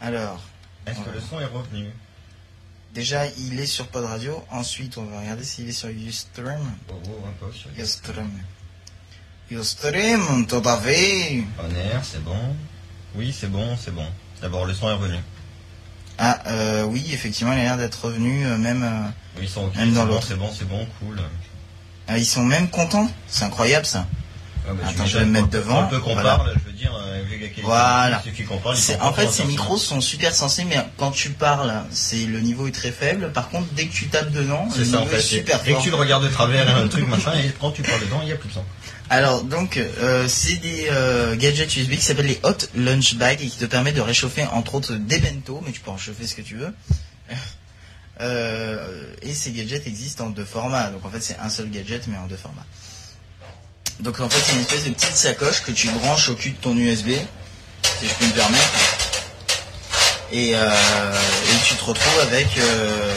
Alors, Est-ce que le son est revenu déjà, il est sur Pod Radio. Ensuite, on va regarder s'il est sur Ustream. Oh, oh, un peu sur le Ustream. Ustream, tout à fait. On air, c'est bon. Oui, c'est bon, c'est bon. D'abord, le son est revenu. Ah, euh, oui, effectivement, il a l'air d'être revenu, euh, même... euh, Oui, ils sont ok, Même dans c'est bon, l'autre. c'est bon, c'est bon, cool. ah, ils sont même contents. C'est incroyable, ça. Ah, bah, Attends, tu je vais me mettre m'étonnes. devant. Un peu qu'on Voilà. parle, je veux dire, euh, vu la qualité Voilà. de ceux qui comparent, ils C'est- sont En pas fait, ces forcément- micros sont super sensés, mais quand tu parles, c'est le niveau est très faible. Par contre, dès que tu tapes dedans, C'est le ça en niveau fait. est c'est- super Dès que fort. tu le regardes de travers, un truc machin, et quand tu parles dedans, il n'y a plus de sang. Alors donc, euh, c'est des euh, gadgets USB qui s'appellent les hot lunch bags et qui te permettent de réchauffer entre autres des bento, mais tu peux en chauffer ce que tu veux. Euh, et ces gadgets existent en deux formats. Donc en fait, c'est un seul gadget mais en deux formats. Donc en fait, c'est une espèce de petite sacoche que tu branches au cul de ton USB, si je puis me permettre. Et, euh, et tu te retrouves avec euh,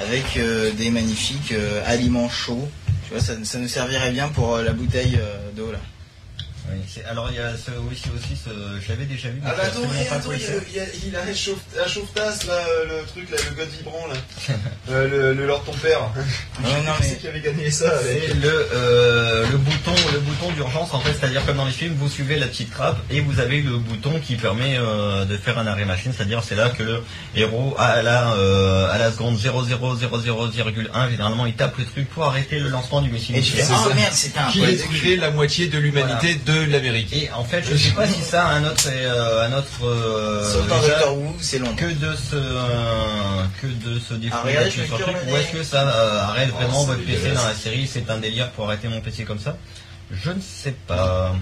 avec euh, des magnifiques euh, aliments chauds. Tu vois, ça, ça nous servirait bien pour euh, la bouteille euh, d'eau là. Oui, c'est- Alors il y a ce, aussi, aussi ce- je l'avais déjà vu. mais Ah je bah sais attends, absolument eh, pas attends, quoi il, il y a, fait. il y a- il a la chauffe- la chauffe-tasse là, euh, le truc là, le god vibrant là. Euh, le, le Lord ton père. Ah, Non, non, Je mais- sais qui avait gagné ça avec. C'est le, euh, le bouton, le bouton d'urgence en fait, c'est-à-dire comme dans les films, vous suivez la petite trappe et vous avez le bouton qui permet euh, de faire un arrêt machine, c'est-à-dire c'est là que le héros à la, euh, à la seconde 0,000,1 généralement il tape le truc pour arrêter le lancement du missile. Et tu fais nucléaire. ah merde, c'était un Qui poil de cul. détruirait la moitié de l'humanité de l'Amérique. Et en fait, je sais pas si ça a un autre, euh, un autre euh, Sauf dans usage Doctor Who, c'est long. que de ce euh, que de ce défaut Ah, regardez, gratuit je sur me truc cure le ou nez. est-ce que ça euh, arrête Oh, vraiment c'est votre PC dégueulasse. dans la série c'est un délire pour arrêter mon PC comme ça je ne sais pas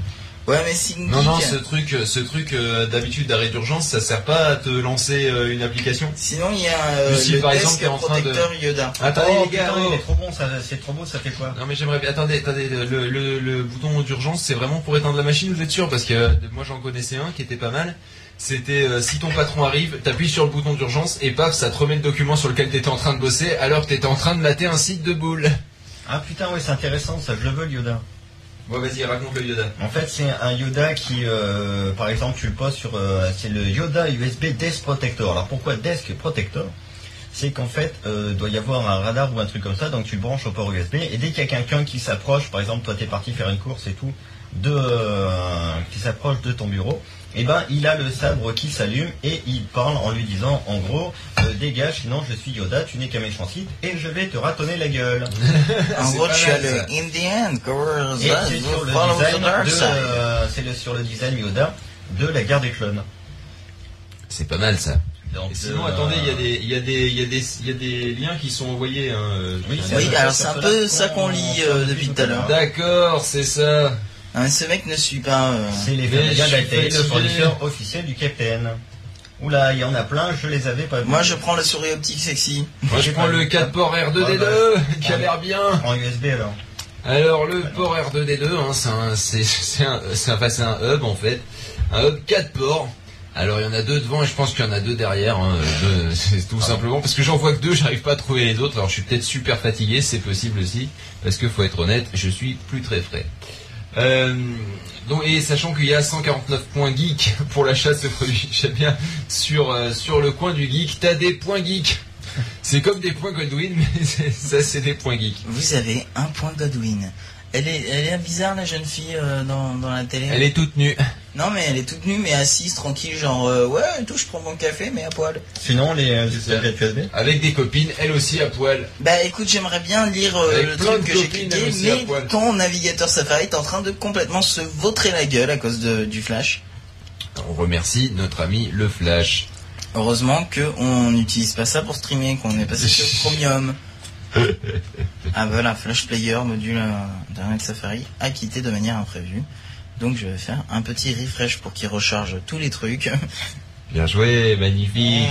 Ouais, mais si Non, non, ce truc, ce truc euh, d'habitude d'arrêt d'urgence, ça sert pas à te lancer euh, une application. Sinon, il y a euh, Lucie, le par test exemple, qui est en train de- protecteur Yoda. Attendez oh, les gars, putain, oh. il est trop bon ça c'est trop beau ça fait quoi Non mais j'aimerais bien. Attendez, attendez, le, le, le bouton d'urgence, c'est vraiment pour éteindre la machine, vous êtes sûr Parce que euh, moi j'en connaissais un qui était pas mal. C'était euh, si ton patron arrive, t'appuies sur le bouton d'urgence et paf, ça te remet le document sur lequel t'étais en train de bosser alors que t'étais en train de latter un site de boule. ah putain ouais c'est intéressant ça je le veux le Yoda Bon vas-y, raconte le Yoda. En fait, c'est un Yoda qui, euh, par exemple, tu le poses sur. euh, c'est le Yoda USB Desk Protector. Alors pourquoi Desk Protector C'est qu'en fait, euh, doit y avoir un radar ou un truc comme ça, donc tu le branches au port USB, et dès qu'il y a quelqu'un qui s'approche, par exemple, toi t'es parti faire une course et tout, de, euh, qui s'approche de ton bureau, et ben il a le sabre qui s'allume et il parle en lui disant, en gros, euh, dégage, sinon je suis Yoda, tu n'es qu'un méchant site, et je vais te ratonner la gueule. En gros, pas tu mal, as le In the end, girls, Et c'est you sur le follow the design dark de, side. euh, c'est le- sur le design Yoda de la guerre des clones. C'est pas mal ça. Donc, Et sinon, euh, attendez, il y a des, il y a des, il y a des, il y a des liens qui sont envoyés. hein, euh, Oui, putain. c'est Oui, un peu alors ça c'est un qu'on- peu ça qu'on lit euh, depuis tout à l'heure. D'accord, c'est ça. Non, Ah, mais ce mec ne suit pas. euh, C'est les Mais Vertiga je suis Galtei, le fatigué. fournisseur officiel du Capitaine. Oula, il y en a plein, je les avais pas vus. Moi, je prends le souris optique sexy. Moi je prends le Ah, bah. 4 port R2D2 qui a l'air bien. En USB alors. Alors le port R2D2, hein, c'est un, c'est- c'est un, c'est un- enfin, c'est un hub en fait, un hub 4 ports. Alors il y en a deux devant et je pense qu'il y en a deux derrière, hein, deux, c'est tout simplement parce que j'en vois que deux, j'arrive pas à trouver les autres. Alors je suis peut-être super fatigué, c'est possible aussi, parce que faut être honnête, je suis plus très frais. Euh, donc et sachant qu'il y a 149 points geek pour l'achat de ce produit, j'aime bien sur euh, sur le coin du geek, t'as des points geek. C'est comme des points Godwin, mais c'est- ça c'est des points geek. Vous avez un point Godwin. Elle est, elle est bizarre la jeune fille euh, dans, dans la télé. Elle est toute nue. Non mais elle est toute nue mais assise tranquille genre euh, ouais et tout je prends mon café mais à poil. Sinon, les euh, C'est ça. les USB. avec des copines, elle aussi à poil. Bah écoute j'aimerais bien lire euh, Avec le plein truc de que j'ai copines, cliqué elle aussi à mais poil. ton navigateur Safari est en train de complètement se vautrer la gueule à cause de- du flash. On remercie notre ami le Flash. Heureusement que on n'utilise pas ça pour streamer qu'on est passé sur Chromium. ah voilà Flash Player module euh, internet Safari a quitté de manière imprévue. Donc je vais faire un petit refresh pour qu'il recharge tous les trucs. Bien joué, magnifique.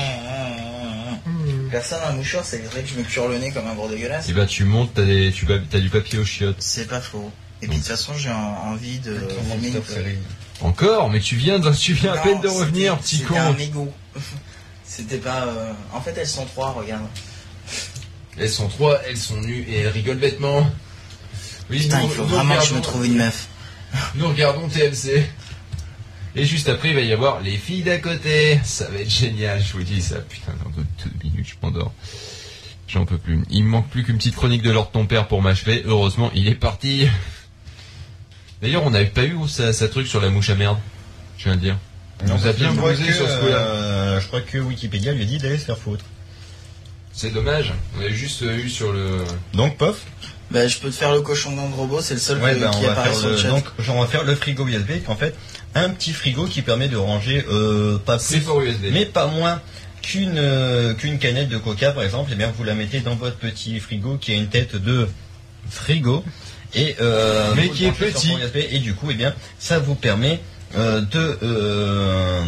Mmh. Personne un mouchoir, c'est vrai que je me cure le nez comme un gros dégueulasse. Et bah tu montes, t'as des- tu as du papier aux chiottes. C'est pas faux. Et puis de toute façon, j'ai en- envie de fumer une clope. Encore, mais tu viens, de- tu viens à Non, peine de c'était- revenir, petit c'était con. un mégot. c'était pas. euh, En fait, elles sont trois, regarde. Elles sont trois, elles sont nues et elles rigolent bêtement. Oui, Putain, nous- il faut nous vraiment que je regardons- me trouve une meuf. Nous regardons TMC. Et juste après, il va y avoir les filles d'à côté. Ça va être génial, je vous dis ça. Putain, dans deux, deux minutes, je m'endors. J'en peux plus. Il me manque plus qu'une petite chronique de Lord Ton Père pour m'achever. Heureusement, il est parti. D'ailleurs, on n'avait pas eu sa, sa truc sur la mouche à merde. Je viens de dire. On nous a bien je crois bousé que, sur ce coup-là. euh, je crois que Wikipédia lui a dit d'aller se faire foutre. C'est dommage. On avait juste euh, eu sur le... Donc, pof, Bah, je peux te faire le cochon dans le robot, c'est le seul Ouais, que- bah, qui on va apparaît faire sur le le, chat. donc, genre, on va faire le frigo USB, qui est en fait un petit frigo qui permet de ranger euh, pas plus, mais pas moins qu'une euh, qu'une canette de Coca, par exemple. Et bien, vous la mettez dans votre petit frigo qui a une tête de frigo et euh, Mais vous qui est le branchez sur petit. port USB, et du coup, eh bien, ça vous permet euh, de euh,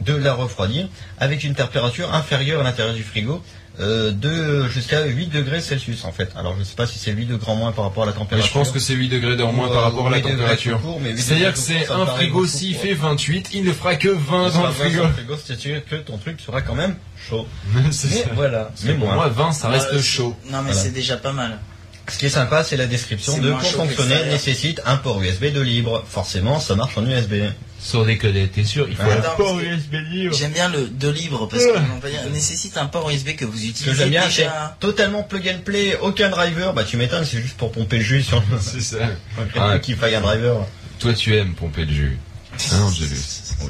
de la refroidir avec une température inférieure à l'intérieur du frigo. euh, de jusqu'à 8 degrés Celsius en fait. Alors je sais pas si c'est 8 degrés en moins par rapport à la Mais température. je pense que c'est 8 degrés d'en moins Ou, par euh, rapport à la huit degrés température. tout court, mais huit C'est-à-dire que degrés tout c'est court, un ça me paraît frigo, beaucoup, s'il ouais. fait 28, il ne fera que 20 Enfin, dans le voilà, frigo. sur le frigo, c'est-à-dire que ton truc sera quand même chaud. C'est mais ça. voilà. Parce que pour moi, 20, ça reste Bah, chaud. Non, mais Voilà. c'est déjà pas mal. Ce qui est sympa, c'est la description C'est de moins pour chaud que fonctionner l'extérieur. nécessite un port USB de libre. Forcément, ça marche en USB. Sans déconner, t'es sûr, il faut Attends, un parce port que- USB libre. J'aime bien le de libre parce que on va dire, nécessite un port USB que vous Ce que utilisez j'aime bien, c'est déjà. totalement plug and play, aucun driver. Bah, tu m'étonnes, c'est juste pour pomper le jus sur le. C'est ça. Après, Ouais. qu'il faille un driver. Toi, tu aimes pomper le jus. Hein, Angelus Oui.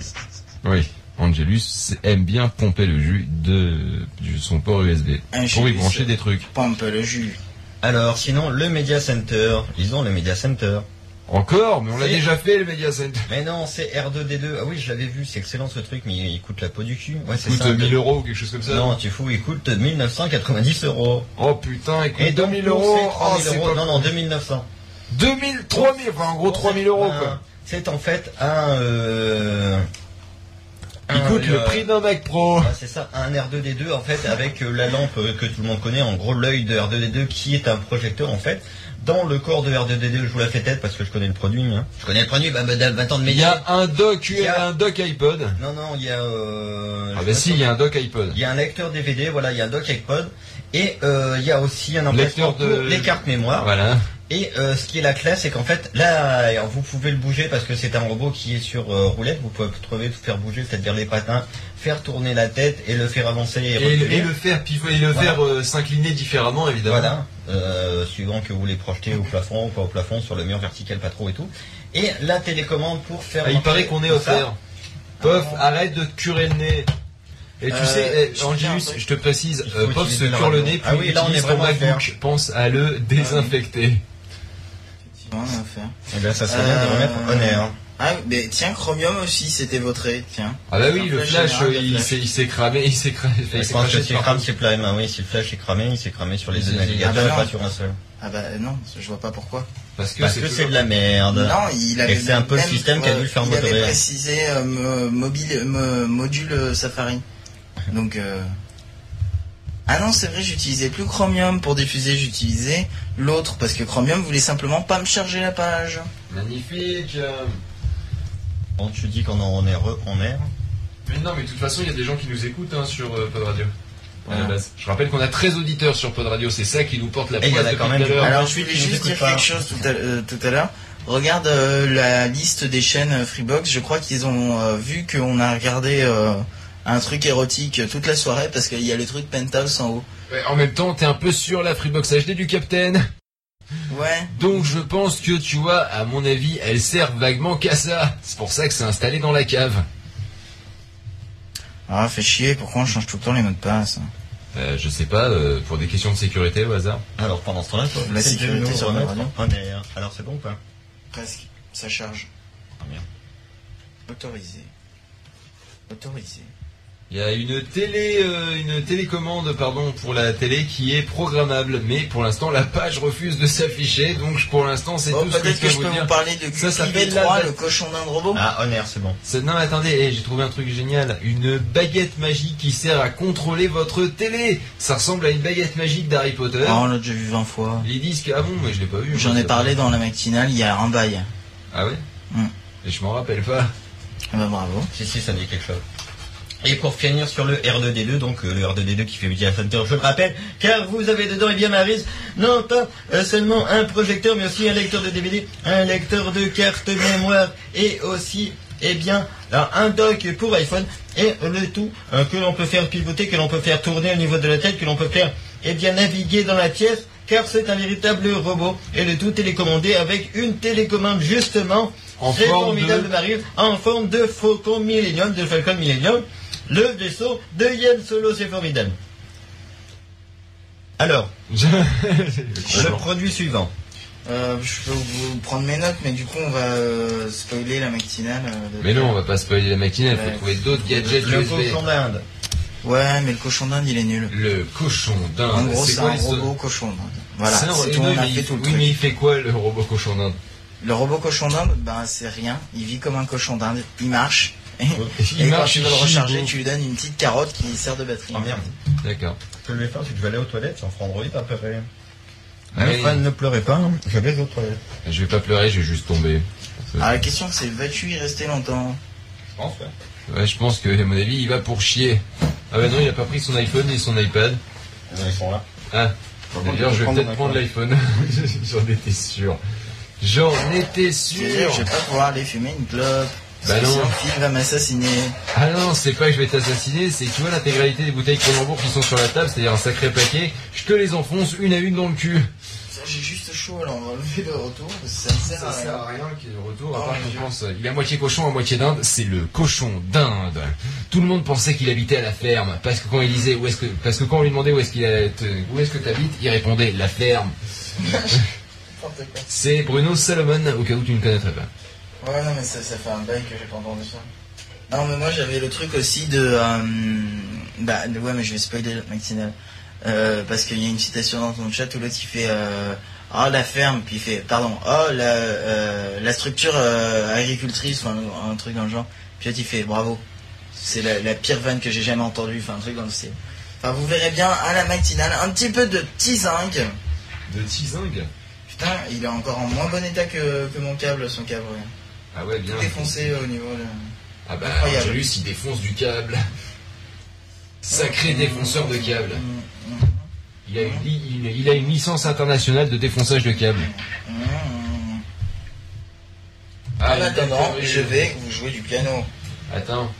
Oui. Angelus aime bien pomper le jus de, de son port USB. Pour y Angelus. brancher des trucs. Pompe le jus. Alors, sinon, le Media Center. Ils ont le Media Center. Encore Mais on l'a C'est- déjà fait, le Media Center. Mais non, c'est R2D2. Ah oui, je l'avais vu, c'est excellent ce truc, mais il coûte la peau du cul. Ouais, Ça c'est coûte ça. 1000 euros ou quelque chose comme ça. Non, tu fous, il coûte 1990 euros. Oh putain, écoute, Et donc, 2000 pour euros. ces Oh, 3000 c'est euros. pas... Non, non, 2900. 2000, 3000, enfin en gros 3000 euros Un- quoi. C'est en fait un. euh, Il un, coûte le euh, prix d'un Mac Pro. Ah, c'est ça, un R2D2 en fait avec euh, la lampe euh, que tout le monde connaît, en gros l'œil de R2D2 qui est un projecteur en fait. Dans le corps de R2D2, je vous la fais tête parce que je connais le produit. hein. Je connais le produit, bah, bah, 20 ans de Mais il y médias. a un dock, Il y a- un dock iPod. Non, non, il y a. euh, Ah je bah sais si, pas il y a un dock iPod. Il y a un lecteur DVD, voilà, il y a un dock iPod, et euh, il y a aussi un Lecteur emplacement de- pour les cartes mémoire. Voilà. Et euh, ce qui est la classe, c'est qu'en fait, là, alors, vous pouvez le bouger parce que c'est un robot qui est sur euh, roulette. Vous pouvez trouver tout faire bouger, c'est-à-dire les patins, faire tourner la tête et le faire avancer et, Et, le- reculer. et le faire pivoter, et le Voilà. faire euh, s'incliner différemment évidemment. Voilà, euh, suivant que vous voulez projeter au plafond ou pas au plafond, sur le mur vertical, pas trop et tout. Et la télécommande pour faire. Ah, il marcher paraît qu'on est tout ça. offert. Pof, arrête de curer le nez. Et tu Euh, sais, je eh, tiens un Angelus, truc. je te précise, Il faut euh, Pof se utiliser la cure le radio. nez, puis Ah oui, il là, on utilise est ton vraiment Ah MacBook. Pense à le désinfecter. Effectivement, on a offert. Eh bien, ça serait bien de Euh, remettre en air. Ah, mais tiens, Chromium aussi, c'était votre et, Tiens. Ah bah oui, Un le flash flash, général euh, de il flash. s'est il s'est cramé, il s'est cramé. il Je s'est pense que cramé si par- le crame, c'est cramé. Oui, si le flash est cramé, il s'est cramé sur les deux C'est- navigateurs ah et bah pas non. sur un seul. Ah bah euh, non, je vois pas pourquoi. Parce que Parce c'est que c'est toujours- de la merde. Non, il avait Et c'est un peu le même- système qu'a dû le faire Il avait Motorola. précisé euh, mo- mobile, mo- module euh, Safari. Mhm. Donc. euh, Ah non, c'est vrai, j'utilisais plus Chromium pour diffuser, j'utilisais l'autre parce que Chromium voulait simplement pas me charger la page. Magnifique. euh. Quand tu dis qu'on en on est re, on est. Mais non, mais de toute façon, il y a des gens qui nous écoutent hein, sur euh, Pod Radio. à la Voilà. base. Je rappelle qu'on a 13 auditeurs sur Pod Radio, c'est ça qui nous porte la Ah. Et il y en poisse a depuis quand même tout à du- l'heure. Alors, oui, je voulais qui nous juste dire écoute pas. quelque chose tout à, euh, tout à l'heure. Regarde euh, la liste des chaînes euh, Freebox. Je crois qu'ils ont euh, vu qu'on a regardé euh, un truc érotique euh, toute la soirée parce qu'il y a le truc Penthouse en haut. Ouais, en même temps, t'es un peu sur la Freebox HD du Capitaine. Mhm. Ouais. Donc je pense que tu vois, à mon avis, elle sert vaguement qu'à ça. C'est pour ça que c'est installé dans la cave. Ah, fait chier. Pourquoi on change tout le temps les mots de passe hein Euh, je sais pas, euh, pour des questions de sécurité au hasard. Alors pendant ce temps-là, toi, La c'est sécurité de nous sur la remettre radio. en air. Alors c'est bon ou pas Presque. Ça charge. Ah, merde. Autorisé. Autorisé. Il y a une télé, euh, une télécommande, pardon, pour la télé qui est programmable, mais pour l'instant la page refuse de s'afficher, donc pour l'instant c'est Bon, tout ce que peut-être je peux que je vous peux dire. vous parler de Ça s'appelle QPV3, la- le cochon d'un robot. Ah on air, c'est bon. C'est- Non, attendez, eh, j'ai trouvé un truc génial. Une baguette magique qui sert à contrôler votre télé. Ça ressemble à une baguette magique d'Harry Potter. Ah, on l'a déjà vu 20 fois. Ils disent que, ah bon, mais je l'ai pas vu. J'en moi, ai ça. parlé dans la matinale il y a un bail. Eh Ah ouais? Hmm. Et je m'en rappelle pas. Ah bah bravo. Si si ça me dit quelque chose. Et pour finir sur le R2D2, donc euh, le R2D2 qui fait Media Center, je le rappelle, car vous avez dedans, et bien Marise, non pas euh, seulement un projecteur, mais aussi un lecteur de DVD, un lecteur de carte mémoire, et aussi, eh bien, alors, un dock pour iPhone, et le tout euh, que l'on peut faire pivoter, que l'on peut faire tourner au niveau de la tête, que l'on peut faire, eh bien, naviguer dans la pièce, car c'est un véritable robot, et le tout télécommandé avec une télécommande justement, En c'est forme formidable, de- Marie, en forme de Faucon Millennium, de Falcon Millennium, le vaisseau de Yann Solo, c'est formidable. Alors, le produit suivant. Euh, je peux vous prendre mes notes, mais du coup, on va euh, spoiler la matinale. euh, de- Mais non, on va pas spoiler la matinale, faut Ouais. trouver d'autres gadgets Le USB. cochon d'Inde. Ouais, mais le cochon d'Inde, il est nul. Le cochon En d'Inde, gros, Euh, c'est c'est quoi un l'histoire robot cochon d'Inde. Voilà, C'est un- c'est oui, tout, mais on a il- fait tout le Oui, truc. mais il fait quoi le robot cochon d'Inde Le robot cochon d'Inde, bah, c'est rien. Il vit comme un cochon d'Inde. Il marche. Il et quand marche, tu il veux le chie, Ah, recharger, bon. tu lui donnes une petite carotte qui lui sert de batterie. Oh merde. D'accord. Ce que je vais faire, c'est que je vais aller aux toilettes, ça fera Android après. Mais- Même Fran, ne pleurez pas, hein. je vais aux toilettes. Je vais pas pleurer, je vais juste tomber. Ah, la question, c'est vas-tu y rester longtemps Je pense, ouais. Ouais, je pense que, à mon avis, il va pour chier. Ah bah non, il a pas pris son iPhone ni son iPad. Eh ben, Ils sont là. Ah, Par contre, d'ailleurs, il faut je vais prendre peut-être un prendre l'iPhone. J'en étais sûr. J'en étais sûr. C'est-à-dire, je vais pas pouvoir aller fumer une clope. Bah parce que non. sinon, Phil va m'assassiner. Ah non, c'est pas que je vais t'assassiner, c'est que tu vois l'intégralité des bouteilles Cronenbourg qui sont sur la table, c'est-à-dire un sacré paquet, je te les enfonce une à une dans le cul. Ça, J'ai juste chaud, alors on va enlever le retour, parce que ça ne Ah, sert à rien. rien qu'il y ait de retour, à Oh, part mon qu'on Dieu. pense, euh, il est à moitié cochon, à moitié d'Inde, c'est le cochon d'Inde. Tout le monde pensait qu'il habitait à la ferme, parce que quand il disait où est-ce que, parce que quand on lui demandait où est-ce qu'il a- te- où est-ce que t'habites, il répondait la ferme. N'importe quoi. C'est Bruno Salomon, au cas où tu ne connaîtrais pas. Ouais, non, mais ça, ça fait un bail que j'ai pas entendu ça. Non, mais moi j'avais le truc aussi de. euh, bah, de- ouais, mais je vais spoiler le matinal. Euh, parce qu'il y a une citation dans ton chat où l'autre il fait. Euh, oh la ferme, puis il fait. Pardon, oh la, euh, la structure euh, agricultrice, ou un, un truc dans le genre. Puis l'autre il fait bravo. C'est la, la pire vanne que j'ai jamais entendue, enfin un truc dans le style. Enfin, vous verrez bien à la matinale un petit peu de teasing. De Tizingue Putain, Ah, il est encore en moins bon état que, que mon câble, son câble. ouais. Ah ouais, bien. Tout défoncé euh, au niveau de. Ah bah, Incroyable. Angelus, il défonce du câble. Sacré défonceur de câble. Il a, une, il- il a une licence internationale de défonçage de câble. hmm, Ah, en attendant, Ah, je vais vous jouer du piano. Attends.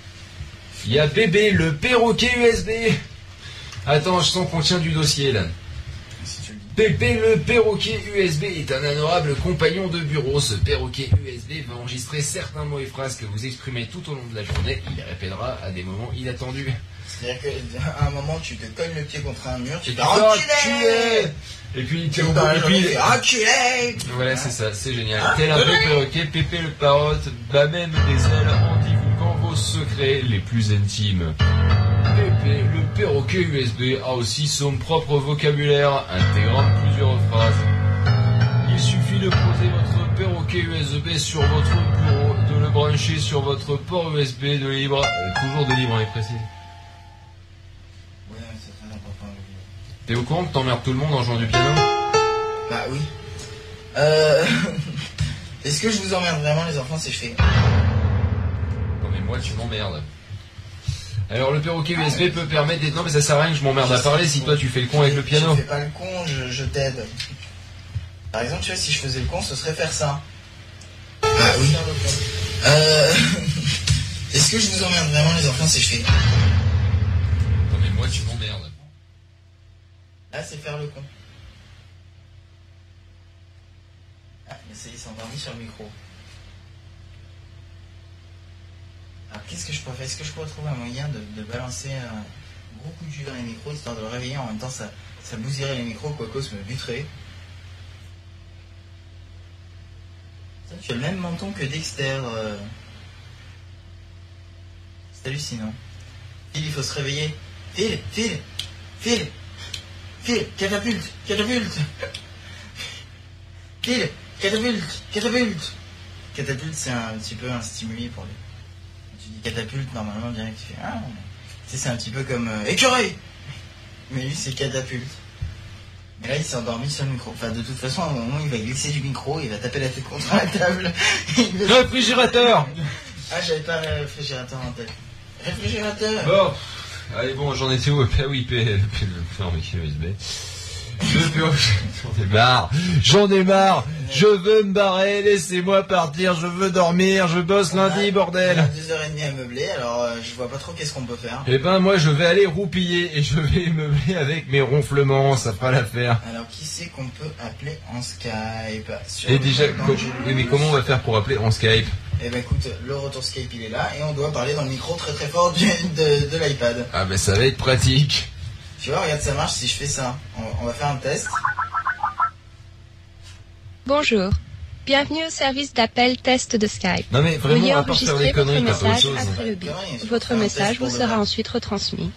Il y a bébé, le perroquet USB. Attends, je sens qu'on tient du dossier là. Si tu le dis. Pépé le perroquet USB est un honorable compagnon de bureau. Ce perroquet USB va enregistrer certains mots et phrases que vous exprimez tout au long de la journée. Il les répétera à des moments inattendus. C'est-à-dire qu'à un moment, tu te cognes le pied contre un mur, tu te Ah, enculé Et puis, tu Tu te et puis, enculé Ah, Voilà, c'est ça, c'est génial. Tel un peu perroquet, Pépé le parotte bat même des ailes en divulguant vos secrets les plus intimes. Pépé le perroquet USB a aussi son propre vocabulaire, intégrant plusieurs phrases. Il suffit de poser votre perroquet USB sur votre bureau, de le brancher sur votre port USB de libre, euh, toujours de libre, on est précis. Ouais, mais c'est très important. oui. T'es au courant que t'emmerdes tout le monde en jouant du piano Bah oui. Euh... Est-ce que je vous emmerde vraiment, les enfants, si je fais... Non mais moi tu m'emmerdes. Alors le perroquet USB peut permettre des... Non mais ça sert à rien que je m'emmerde à parler si toi tu fais le con avec le piano. Je fais pas le con, je, je t'aide. Par exemple, tu vois, si je faisais le con, ce serait faire ça. Ah oui. Euh... Est-ce que je vous emmerde vraiment, les enfants, si je fais... Non mais moi tu m'emmerdes. Ah, c'est faire le con. Ah, mais ça y est, c'est endormi sur le micro. Alors, qu'est-ce que je pourrais faire Est-ce que je pourrais trouver un moyen de, de balancer un gros coup de jus dans les micros, histoire de le réveiller En même temps, ça, ça bousillerait les micros, Quacos me buterait. Putain, Tu as le même menton que Dexter. euh. C'est hallucinant. Phil, il faut se réveiller. Phil, Phil, Phil Phil, catapulte, catapulte. Phil, catapulte, catapulte. Catapulte, c'est un petit peu un stimuli pour lui. Quand tu dis catapulte, normalement, direct, tu fais Ah Tu sais, c'est un petit peu comme euh, écureuil Mais lui, c'est catapulte. Mais là, il s'est endormi sur le micro. Enfin, de toute façon, à un moment, il va glisser du micro, il va taper la tête contre la table. Il va- Réfrigérateur Ah, j'avais pas le réfrigérateur en tête. Réfrigérateur Bon, allez bon j'en étais où Ah oui, P... P... Non mais quel USB. Le perroquet... J'en ai marre J'en ai marre Je veux me barrer, laissez-moi partir, je veux dormir, je bosse lundi, On a bordel deux heures et demie à meubler, alors euh, je vois pas trop qu'est-ce qu'on peut faire. Eh ben moi je vais aller roupiller et je vais meubler avec mes ronflements, ça fera l'affaire. Alors, qui c'est qu'on peut appeler en Skype Sur Et le déjà, compte co- d'Angelus. oui, mais comment on va faire pour appeler en Skype Eh ben écoute, le retour Skype il est là et on doit parler dans le micro très très fort du- de, de l'iPad. Ah ben ça va être pratique. Je Tu vois, regarde, ça marche si je fais ça. On, on va faire un test. Bonjour. Bienvenue au service d'appel test de Skype. Non mais vraiment, Veuillez à part faire des enregistrer votre conneries, par autre message chose. après le bip. Conneries, Votre un message test pour vous demain. sera ensuite retransmis.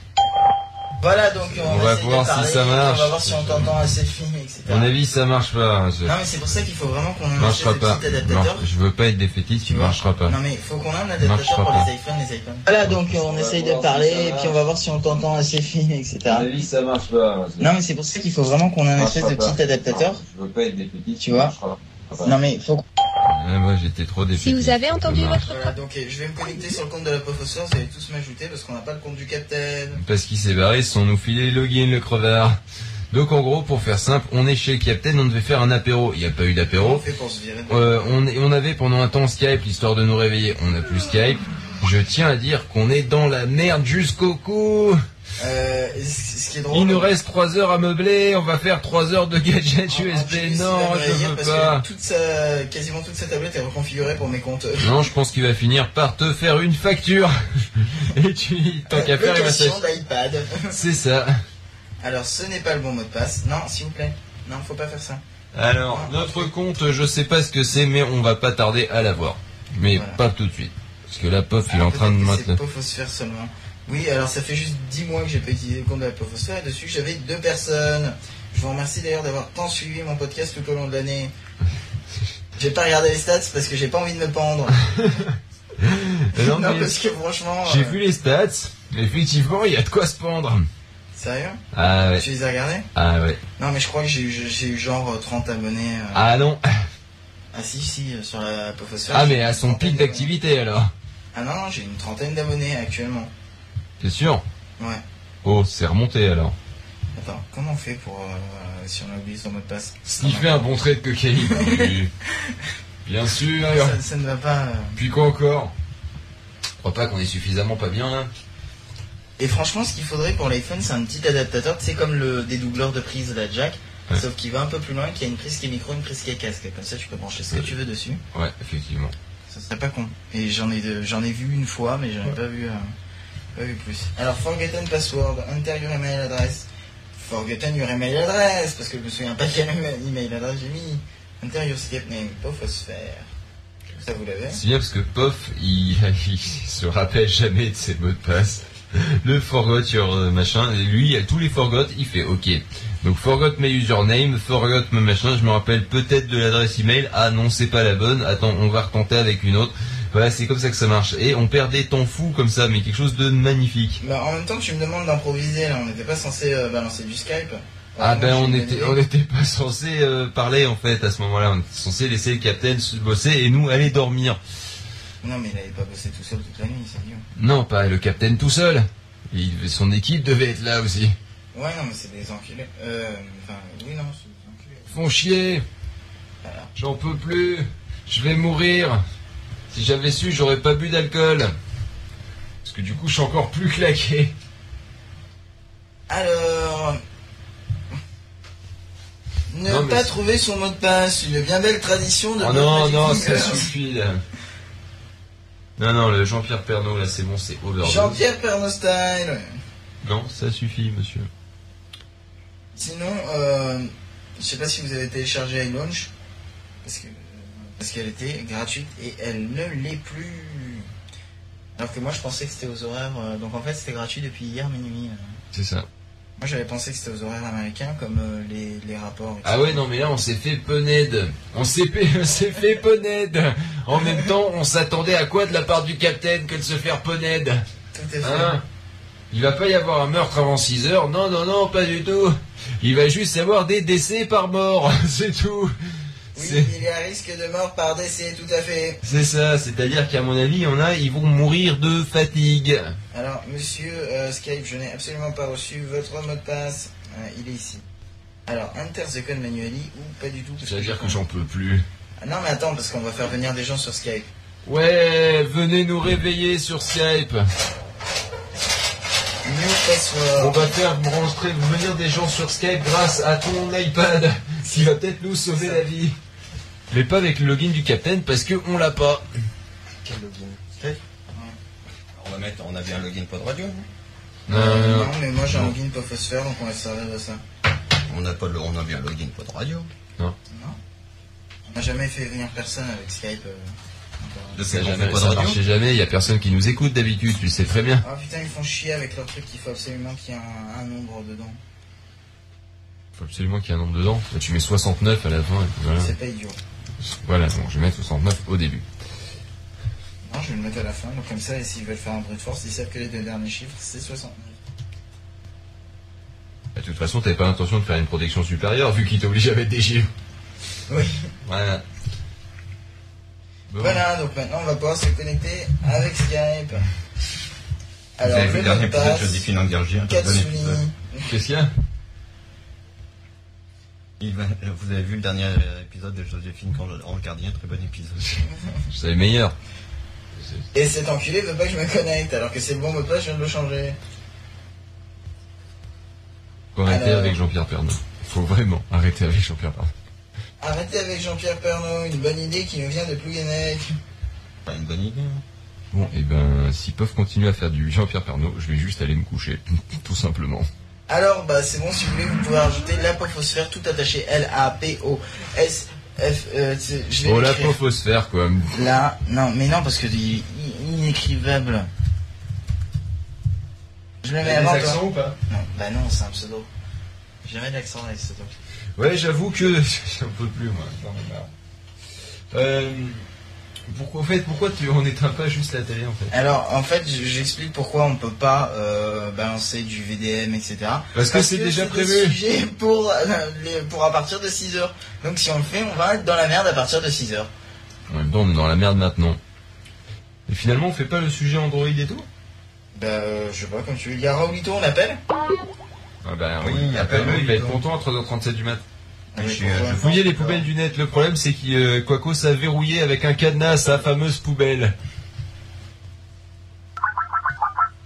Voilà, donc on, On va essayer de voir si parler, ça marche. On va voir si on t'entend assez film, etc. À mon avis, ça marche pas. Non, mais c'est pour ça qu'il faut vraiment qu'on Ça ait marchera un pas. petit adaptateur. Marche- Je veux pas être défaitiste, tu marchera pas. Non, mais il faut qu'on ait un Marchera adaptateur pour pas. les iPhones, les iPhones. Voilà, donc, euh, on essaye de parler, et puis on va voir si on t'entend assez film, etc. ça marche pas. Non, mais c'est pour ça qu'il faut vraiment qu'on ait un espèce de petit adaptateur. Je veux pas être défaitiste. Tu vois Non, mais faut Ah, moi, j'étais trop Si défaitiste. vous avez entendu Dommage. votre Voilà, donc euh, je vais me connecter sur le compte de la professeure, vous allez tous m'ajouter parce qu'on n'a pas le compte du Captain. Parce qu'il s'est barré sans nous filer le login, le crevard. Donc en gros, pour faire simple, on est chez Captain, on devait faire un apéro. Il n'y a pas eu Comment on d'apéro. fait pour se virer Euh, on, on avait pendant un temps Skype, l'histoire de nous réveiller. On n'a plus Skype. Je tiens à dire qu'on est dans la merde jusqu'au cou. Euh, ce ce qui est drôle. Il nous reste 3 heures à meubler, on va faire 3 heures de gadgets c'est USB. que Non, c'est je la veux parce pas. que toute sa, quasiment toute sa tablette est reconfigurée pour mes comptes. Non, je pense qu'il va finir par te faire une facture. Et tu, tant qu'à faire, il va Location s'ach- d'iPad. C'est ça. Alors ce n'est pas le bon mot de passe. Non, s'il vous plaît. Non, faut pas faire ça. Alors, notre compte, je sais pas ce que c'est, mais on va pas tarder à l'avoir. Mais pas tout de suite. Parce que la POF, il est en train de Ah, Peut-être que maintenir. C'est Pofosphère seulement. Oui, alors ça fait juste 10 mois que j'ai pas utilisé le compte de la Pofosphère et dessus j'avais deux personnes. Je vous remercie d'ailleurs d'avoir tant suivi mon podcast tout au long de l'année. J'ai pas regardé les stats parce que j'ai pas envie de me pendre. Non, non, mais- parce que franchement. J'ai euh, vu les stats. Effectivement, il y a de quoi se pendre. Sérieux Ah ouais. Tu les as regardés Ah ouais. Non, mais je crois que j'ai eu, j'ai eu genre euh, 30 abonnés. euh. Ah non. Ah si, si, euh, sur la Pofosphère. Ah j'ai mais à une son trentaine pic d'abonnés. d'activité alors. Ah non, non, j'ai une trentaine d'abonnés actuellement. C'est sûr. Ouais. Oh, c'est remonté alors. Attends, comment on fait pour. euh, si on oublie son mot de passe Il fait un bon trait de cocaïne. Oui. Bien sûr. ça, ça ne va pas. euh. Puis quoi encore Je crois pas qu'on est suffisamment pas bien là. Et franchement, ce qu'il faudrait pour l'iPhone, c'est un petit adaptateur, tu sais, comme le dédoubleur de prise de la jack, Ouais. sauf qu'il va un peu plus loin, qu'il y a une prise qui est micro, une prise qui est casque. Comme ça, tu peux brancher ce que tu veux dessus. Ouais, effectivement. Ça serait pas con. Et j'en ai, de- j'en ai vu une fois, mais j'en ai pas vu, euh, pas vu plus. Alors, forgotten password, enter your email address. Forgotten your email address, parce que je me souviens pas quelle email address j'ai mis. Enter your Skype name, Pofosphère. Ça, vous l'avez C'est bien parce que Pof, il, il se rappelle jamais de ses mots de passe. Le forgot your euh, machin, et lui, il y a tous les forgot, il fait OK. Donc forgot my username, forgot my machin, je me rappelle peut-être de l'adresse email. Ah non, c'est pas la bonne. Attends, on va retenter avec une autre. Voilà, c'est comme ça que ça marche. Et on perd des temps fous comme ça, mais quelque chose de magnifique. Bah, en même temps, tu me demandes d'improviser, là. On n'était pas censé euh, balancer du Skype. Ah ben Moi, on j'ai une était bonne on idée. n'était pas censé euh, parler en fait à ce moment-là, on était censé laisser le capitaine se bosser et nous aller dormir. Non, mais il avait pas bossé tout seul toute la nuit, c'est idiot. Non, pas le capitaine tout seul. Il, son équipe devait être là aussi. Ouais, non, mais c'est des enculés. Euh, enfin, oui, non, c'est des enculés. Font chier. J'en peux plus. Je vais mourir. Si j'avais su, j'aurais pas bu d'alcool. Parce que du coup, je suis encore plus claqué. Alors. Ne Non, mais pas c'est- trouver son mot de passe, une bien belle tradition de. Oh non, Patrick non, ça Finger. suffit là. Non, non, le Jean-Pierre Pernaud là, c'est bon, c'est overdose. Jean-Pierre Pernostyle. Non, ça suffit, monsieur. Sinon, euh, je sais pas si vous avez téléchargé iLaunch, parce que parce qu'elle était gratuite et elle ne l'est plus. Alors que moi je pensais que c'était aux horaires, euh, donc en fait c'était gratuit depuis hier minuit. euh. C'est ça. Moi j'avais pensé que c'était aux horaires américains comme euh, les, les rapports. Ah ouais, non, mais là, on s'est fait pened. On s'est fait, on s'est fait pened. En même temps, on s'attendait à quoi de la part du capitaine que de se faire pened Tout est fait. Hein Il va pas y avoir un meurtre avant 6 heures. Non, non, non, pas du tout. Il va juste y avoir des décès par mort. C'est tout. oui, c'est- il y a risque de mort par décès, tout à fait. C'est ça. C'est-à-dire qu'à mon avis, il y en a, ils vont mourir de fatigue. Alors monsieur euh, Skype, je n'ai absolument pas reçu votre mot de passe. Euh, il est ici. Alors, enter the code manually ou pas du tout. parce C'est-à-dire que j'en peux plus. Ah Non mais attends parce qu'on va faire venir des gens sur Skype. Ouais, venez nous réveiller sur Skype. New password. On va faire rentrer- venir des gens sur Skype grâce à ton iPad qui va peut-être nous sauver la vie. Mais pas avec le login du Captain parce que on l'a pas. On va mettre, on a bien un login pod radio. hein Non, non, non. euh, Non, mais moi j'ai un login pas faire donc on va se servir de ça. On a, pas le- on a bien le login, pas de radio. On n'a jamais fait venir personne avec Skype. euh. Ça, qu'on jamais- fait pas de ça radio marchait jamais, il y a personne qui nous écoute d'habitude, tu le sais très bien. Ah putain, ils font chier avec leur truc qu'il faut absolument qu'il y ait un, un nombre dedans. Faut absolument qu'il y ait un nombre dedans. Là, Bah, tu mets 69 à la fin. et puis voilà. C'est pas idiot. Voilà, bon, je vais mettre 69 au début. Non, je vais le mettre à la fin, donc comme ça, et s'ils veulent faire un brute force, ils savent que les deux derniers chiffres, c'est 69. Bah, de toute façon, t'avais pas l'intention de faire une protection supérieure vu qu'il t'oblige à mettre des chiffres. Oui. Voilà. Bon. Voilà, donc maintenant on va pouvoir se connecter avec Skype. Vous Alors, avez vu le le mot dernier de épisode, passe, Joséphine Angergier Katsuni. Qu'est-ce qu'il y a Il va- Vous avez vu le dernier euh, épisode de Joséphine Angergier, très bon épisode. C'est le meilleur. Et cet enculé veut pas que je me connecte, alors que c'est le bon mot de passe, je viens de le changer. Faut arrêter Alors. avec Jean-Pierre Pernaut. Faut vraiment arrêter avec Jean-Pierre Pernaut. Arrêtez avec Jean-Pierre Pernaut, une bonne idée qui nous vient de Plouguenec. Pas une bonne idée. hein. Bon, et ben, s'ils peuvent continuer à faire du Jean-Pierre Pernaut, je vais juste aller me coucher. Tout simplement. Alors, bah, c'est bon, si vous voulez, vous pouvez rajouter l'apophosphère tout attaché. L-A-P-O-S-F. euh, c'est- je vais Oh, la l'écrire. faire quoi. Là, non, mais non, parce que il- il- inécrivable. Je le mets T'as des avant. accents toi. ou pas Non, bah non, c'est un pseudo. J'ai jamais d'accent avec ce pseudo. Ouais, j'avoue que j'en peux plus, moi. J'en ai marre. Euh, pourquoi, en fait, pourquoi tu, on n'éteint pas juste la télé, en fait Alors, en fait, j- j'explique pourquoi on peut pas euh, balancer du VDM, etc. Parce que c'est déjà des prévu. sujets pour, euh, les- pour à partir de 6 heures. Donc, si on le fait, on va être dans la merde à partir de 6 heures. En même temps, on est dans la merde maintenant. Et finalement, on fait pas le sujet Android et tout Bah, euh, je sais pas, comme tu veux. Il y a Raoulito, on l'appelle Ah bah Oui, oui, appelle-le, appelle-le, il va être plutôt. content à 3h37 du matin. Ah, Je mais suis, pourquoi euh, je Fouiller les poubelles du net, le problème c'est que euh, Quaco s'est verrouillé avec un cadenas sa fameuse poubelle.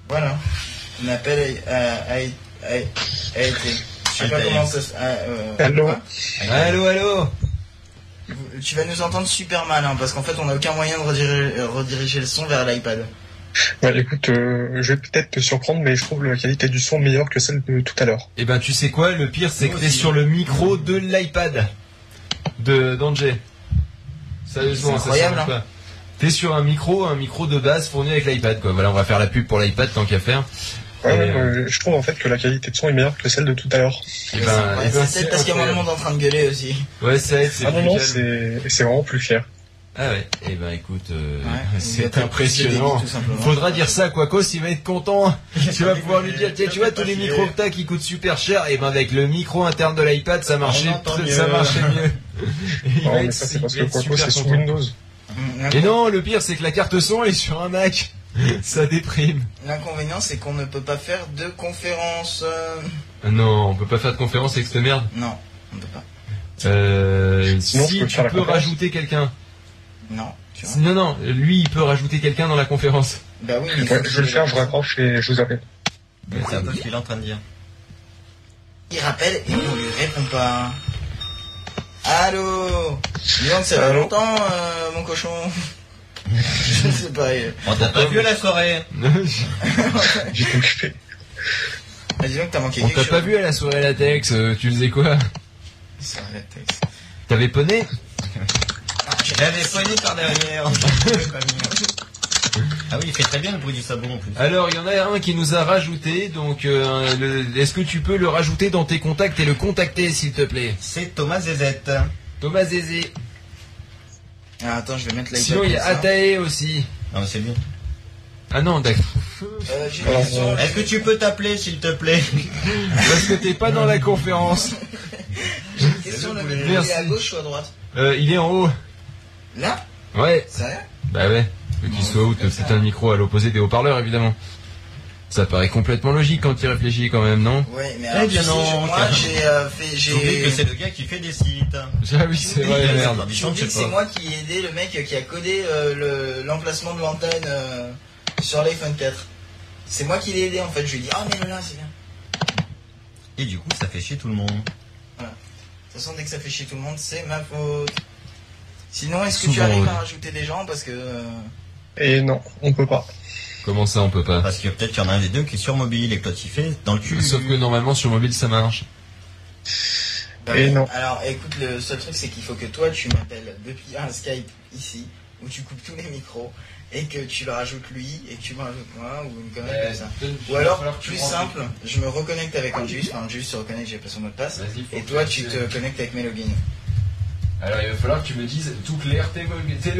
Voilà. On appelle à, à, à, à- à- Je sais pas Aïe, comment aïe. ça se... à- euh, Allô Allô, allô vous- Tu vas nous entendre super mal, hein, parce qu'en fait, on n'a aucun moyen de rediriger, euh, rediriger le son vers l'iPad. Ouais, écoute, euh, je vais peut-être te surprendre, mais je trouve la qualité du son meilleure que celle de tout à l'heure. Eh ben tu sais quoi, le pire c'est Moi que t'es aussi. sur le micro de l'iPad de d'Angé. Sérieusement, ça C'est incroyable, s'arrange hein. pas. T'es sur un micro, un micro de base fourni avec l'iPad quoi. Voilà, on va faire la pub pour l'iPad tant qu'à faire. Ouais, Et, euh, euh, je trouve en fait que la qualité de son est meilleure que celle de tout à l'heure. eh Ouais, ben, eh ben, c'est peut-être parce qu'il y a incroyable. moins de monde en train de gueuler aussi. Ouais, ça aide, c'est Ah non, plus non, calme. c'est c'est vraiment plus clair. Ah ouais. Eh ben écoute, euh, Ouais, il y a c'est peut-être plus de impressionnant. débit, tout simplement. Faudra dire ça à Quacos, il va être content. hein. Tu vas pouvoir lui dire, tiens, tu vois, tous les Pas micros fier. que t'as qui coûtent super cher, et ben avec le micro interne de l'iPad, ça marchait, On entend tr- ça mieux. marchait mieux. Et il Non, va mais être- ça, il c'est parce va que être Quaco, super c'est sous content. Windows. Mm, Et non, le pire, c'est que la carte son est sur un Mac. Ça déprime. L'inconvénient, c'est qu'on ne peut pas faire de conférence. euh, Ah Non, on peut pas faire de conférence avec cette merde. Non, on ne peut pas. Euh, Sinon, je si peux tu faire la peux conférence. rajouter quelqu'un. Non, tu vois. Non, non, lui, il peut rajouter quelqu'un dans la conférence. Bah oui, mais il faut Ouais, que je vais le faire, je raccroche et je vous appelle. Mais C'est un peu ce qu'il est en train de dire. Il rappelle et on lui répond pas. Allô Dis donc, ça fait Allô longtemps, euh, mon cochon. je ne sais pas. euh. On t'a pas vu la soirée J'étais occupé. Ah, dis donc, t'as manqué on quelque t'a chose. pas vu à la soirée latex, euh, tu faisais quoi Ça arrête, t'es- T'avais poney Ah, j'ai- J'avais poigné par derrière. ah oui, il fait très bien le bruit du sabon en plus. Alors, il y en a un qui nous a rajouté, donc euh, le- est-ce que tu peux le rajouter dans tes contacts et le contacter, s'il te plaît C'est Thomas Zezette. Thomas Zézé. Ah, attends, je vais mettre l'iPad. Sinon, il y a comme ça. Atae aussi. Non, mais c'est lui. Ah non, d'accord. Euh, j'ai une question. Est-ce que tu peux t'appeler s'il te plaît Parce que t'es pas dans la conférence. J'ai une question, le micro, il est à Merci. gauche ou à droite Euh, il est en haut. Là Ouais. Sérieux Bah ouais. Vu qu'il soit out, c'est un micro à l'opposé des haut-parleurs, évidemment. Ça paraît complètement logique quand tu y réfléchis, quand même, non Ouais, mais alors, Eh bien tu sais, non, je- moi, carrément. j'ai euh, fait... J'oublie que j'ai- c'est le gars qui fait des sites. Ah oui, c'est vrai, merde. Je me dis que c'est moi qui ai aidé le mec qui a codé euh, le- l'emplacement de l'antenne euh, sur l'iPhone 4. C'est moi qui l'ai aidé en fait. Je lui ai dit Ah, mais là, c'est bien. De Et du coup, ça fait chier tout le monde. toute façon, dès que ça fait chier tout le monde, c'est ma faute. Sinon, est-ce que tu Souvent, arrives ouais. à rajouter des gens Parce que. euh, Et non, on peut pas. Comment ça, on peut pas Parce que peut-être qu'il y en a un des deux qui est sur mobile et que toi tu fais dans le cul. Sauf que normalement sur mobile ça marche. Bah Et bon, non. Alors écoute, le seul truc c'est qu'il faut que toi tu m'appelles depuis un Skype ici où tu coupes tous les micros et que tu le rajoutes lui et que tu le rajoutes moi ou une connerie Ouais, comme ça. peut-être qu'il Ou va alors falloir que tu plus rentres. simple, je me reconnecte avec Angelus, enfin Angelus se reconnecte, j'ai pas son mot de passe Vas-y, faut et que toi tu tu te connectes avec mes logins. Alors il va falloir que tu me dises toutes les RT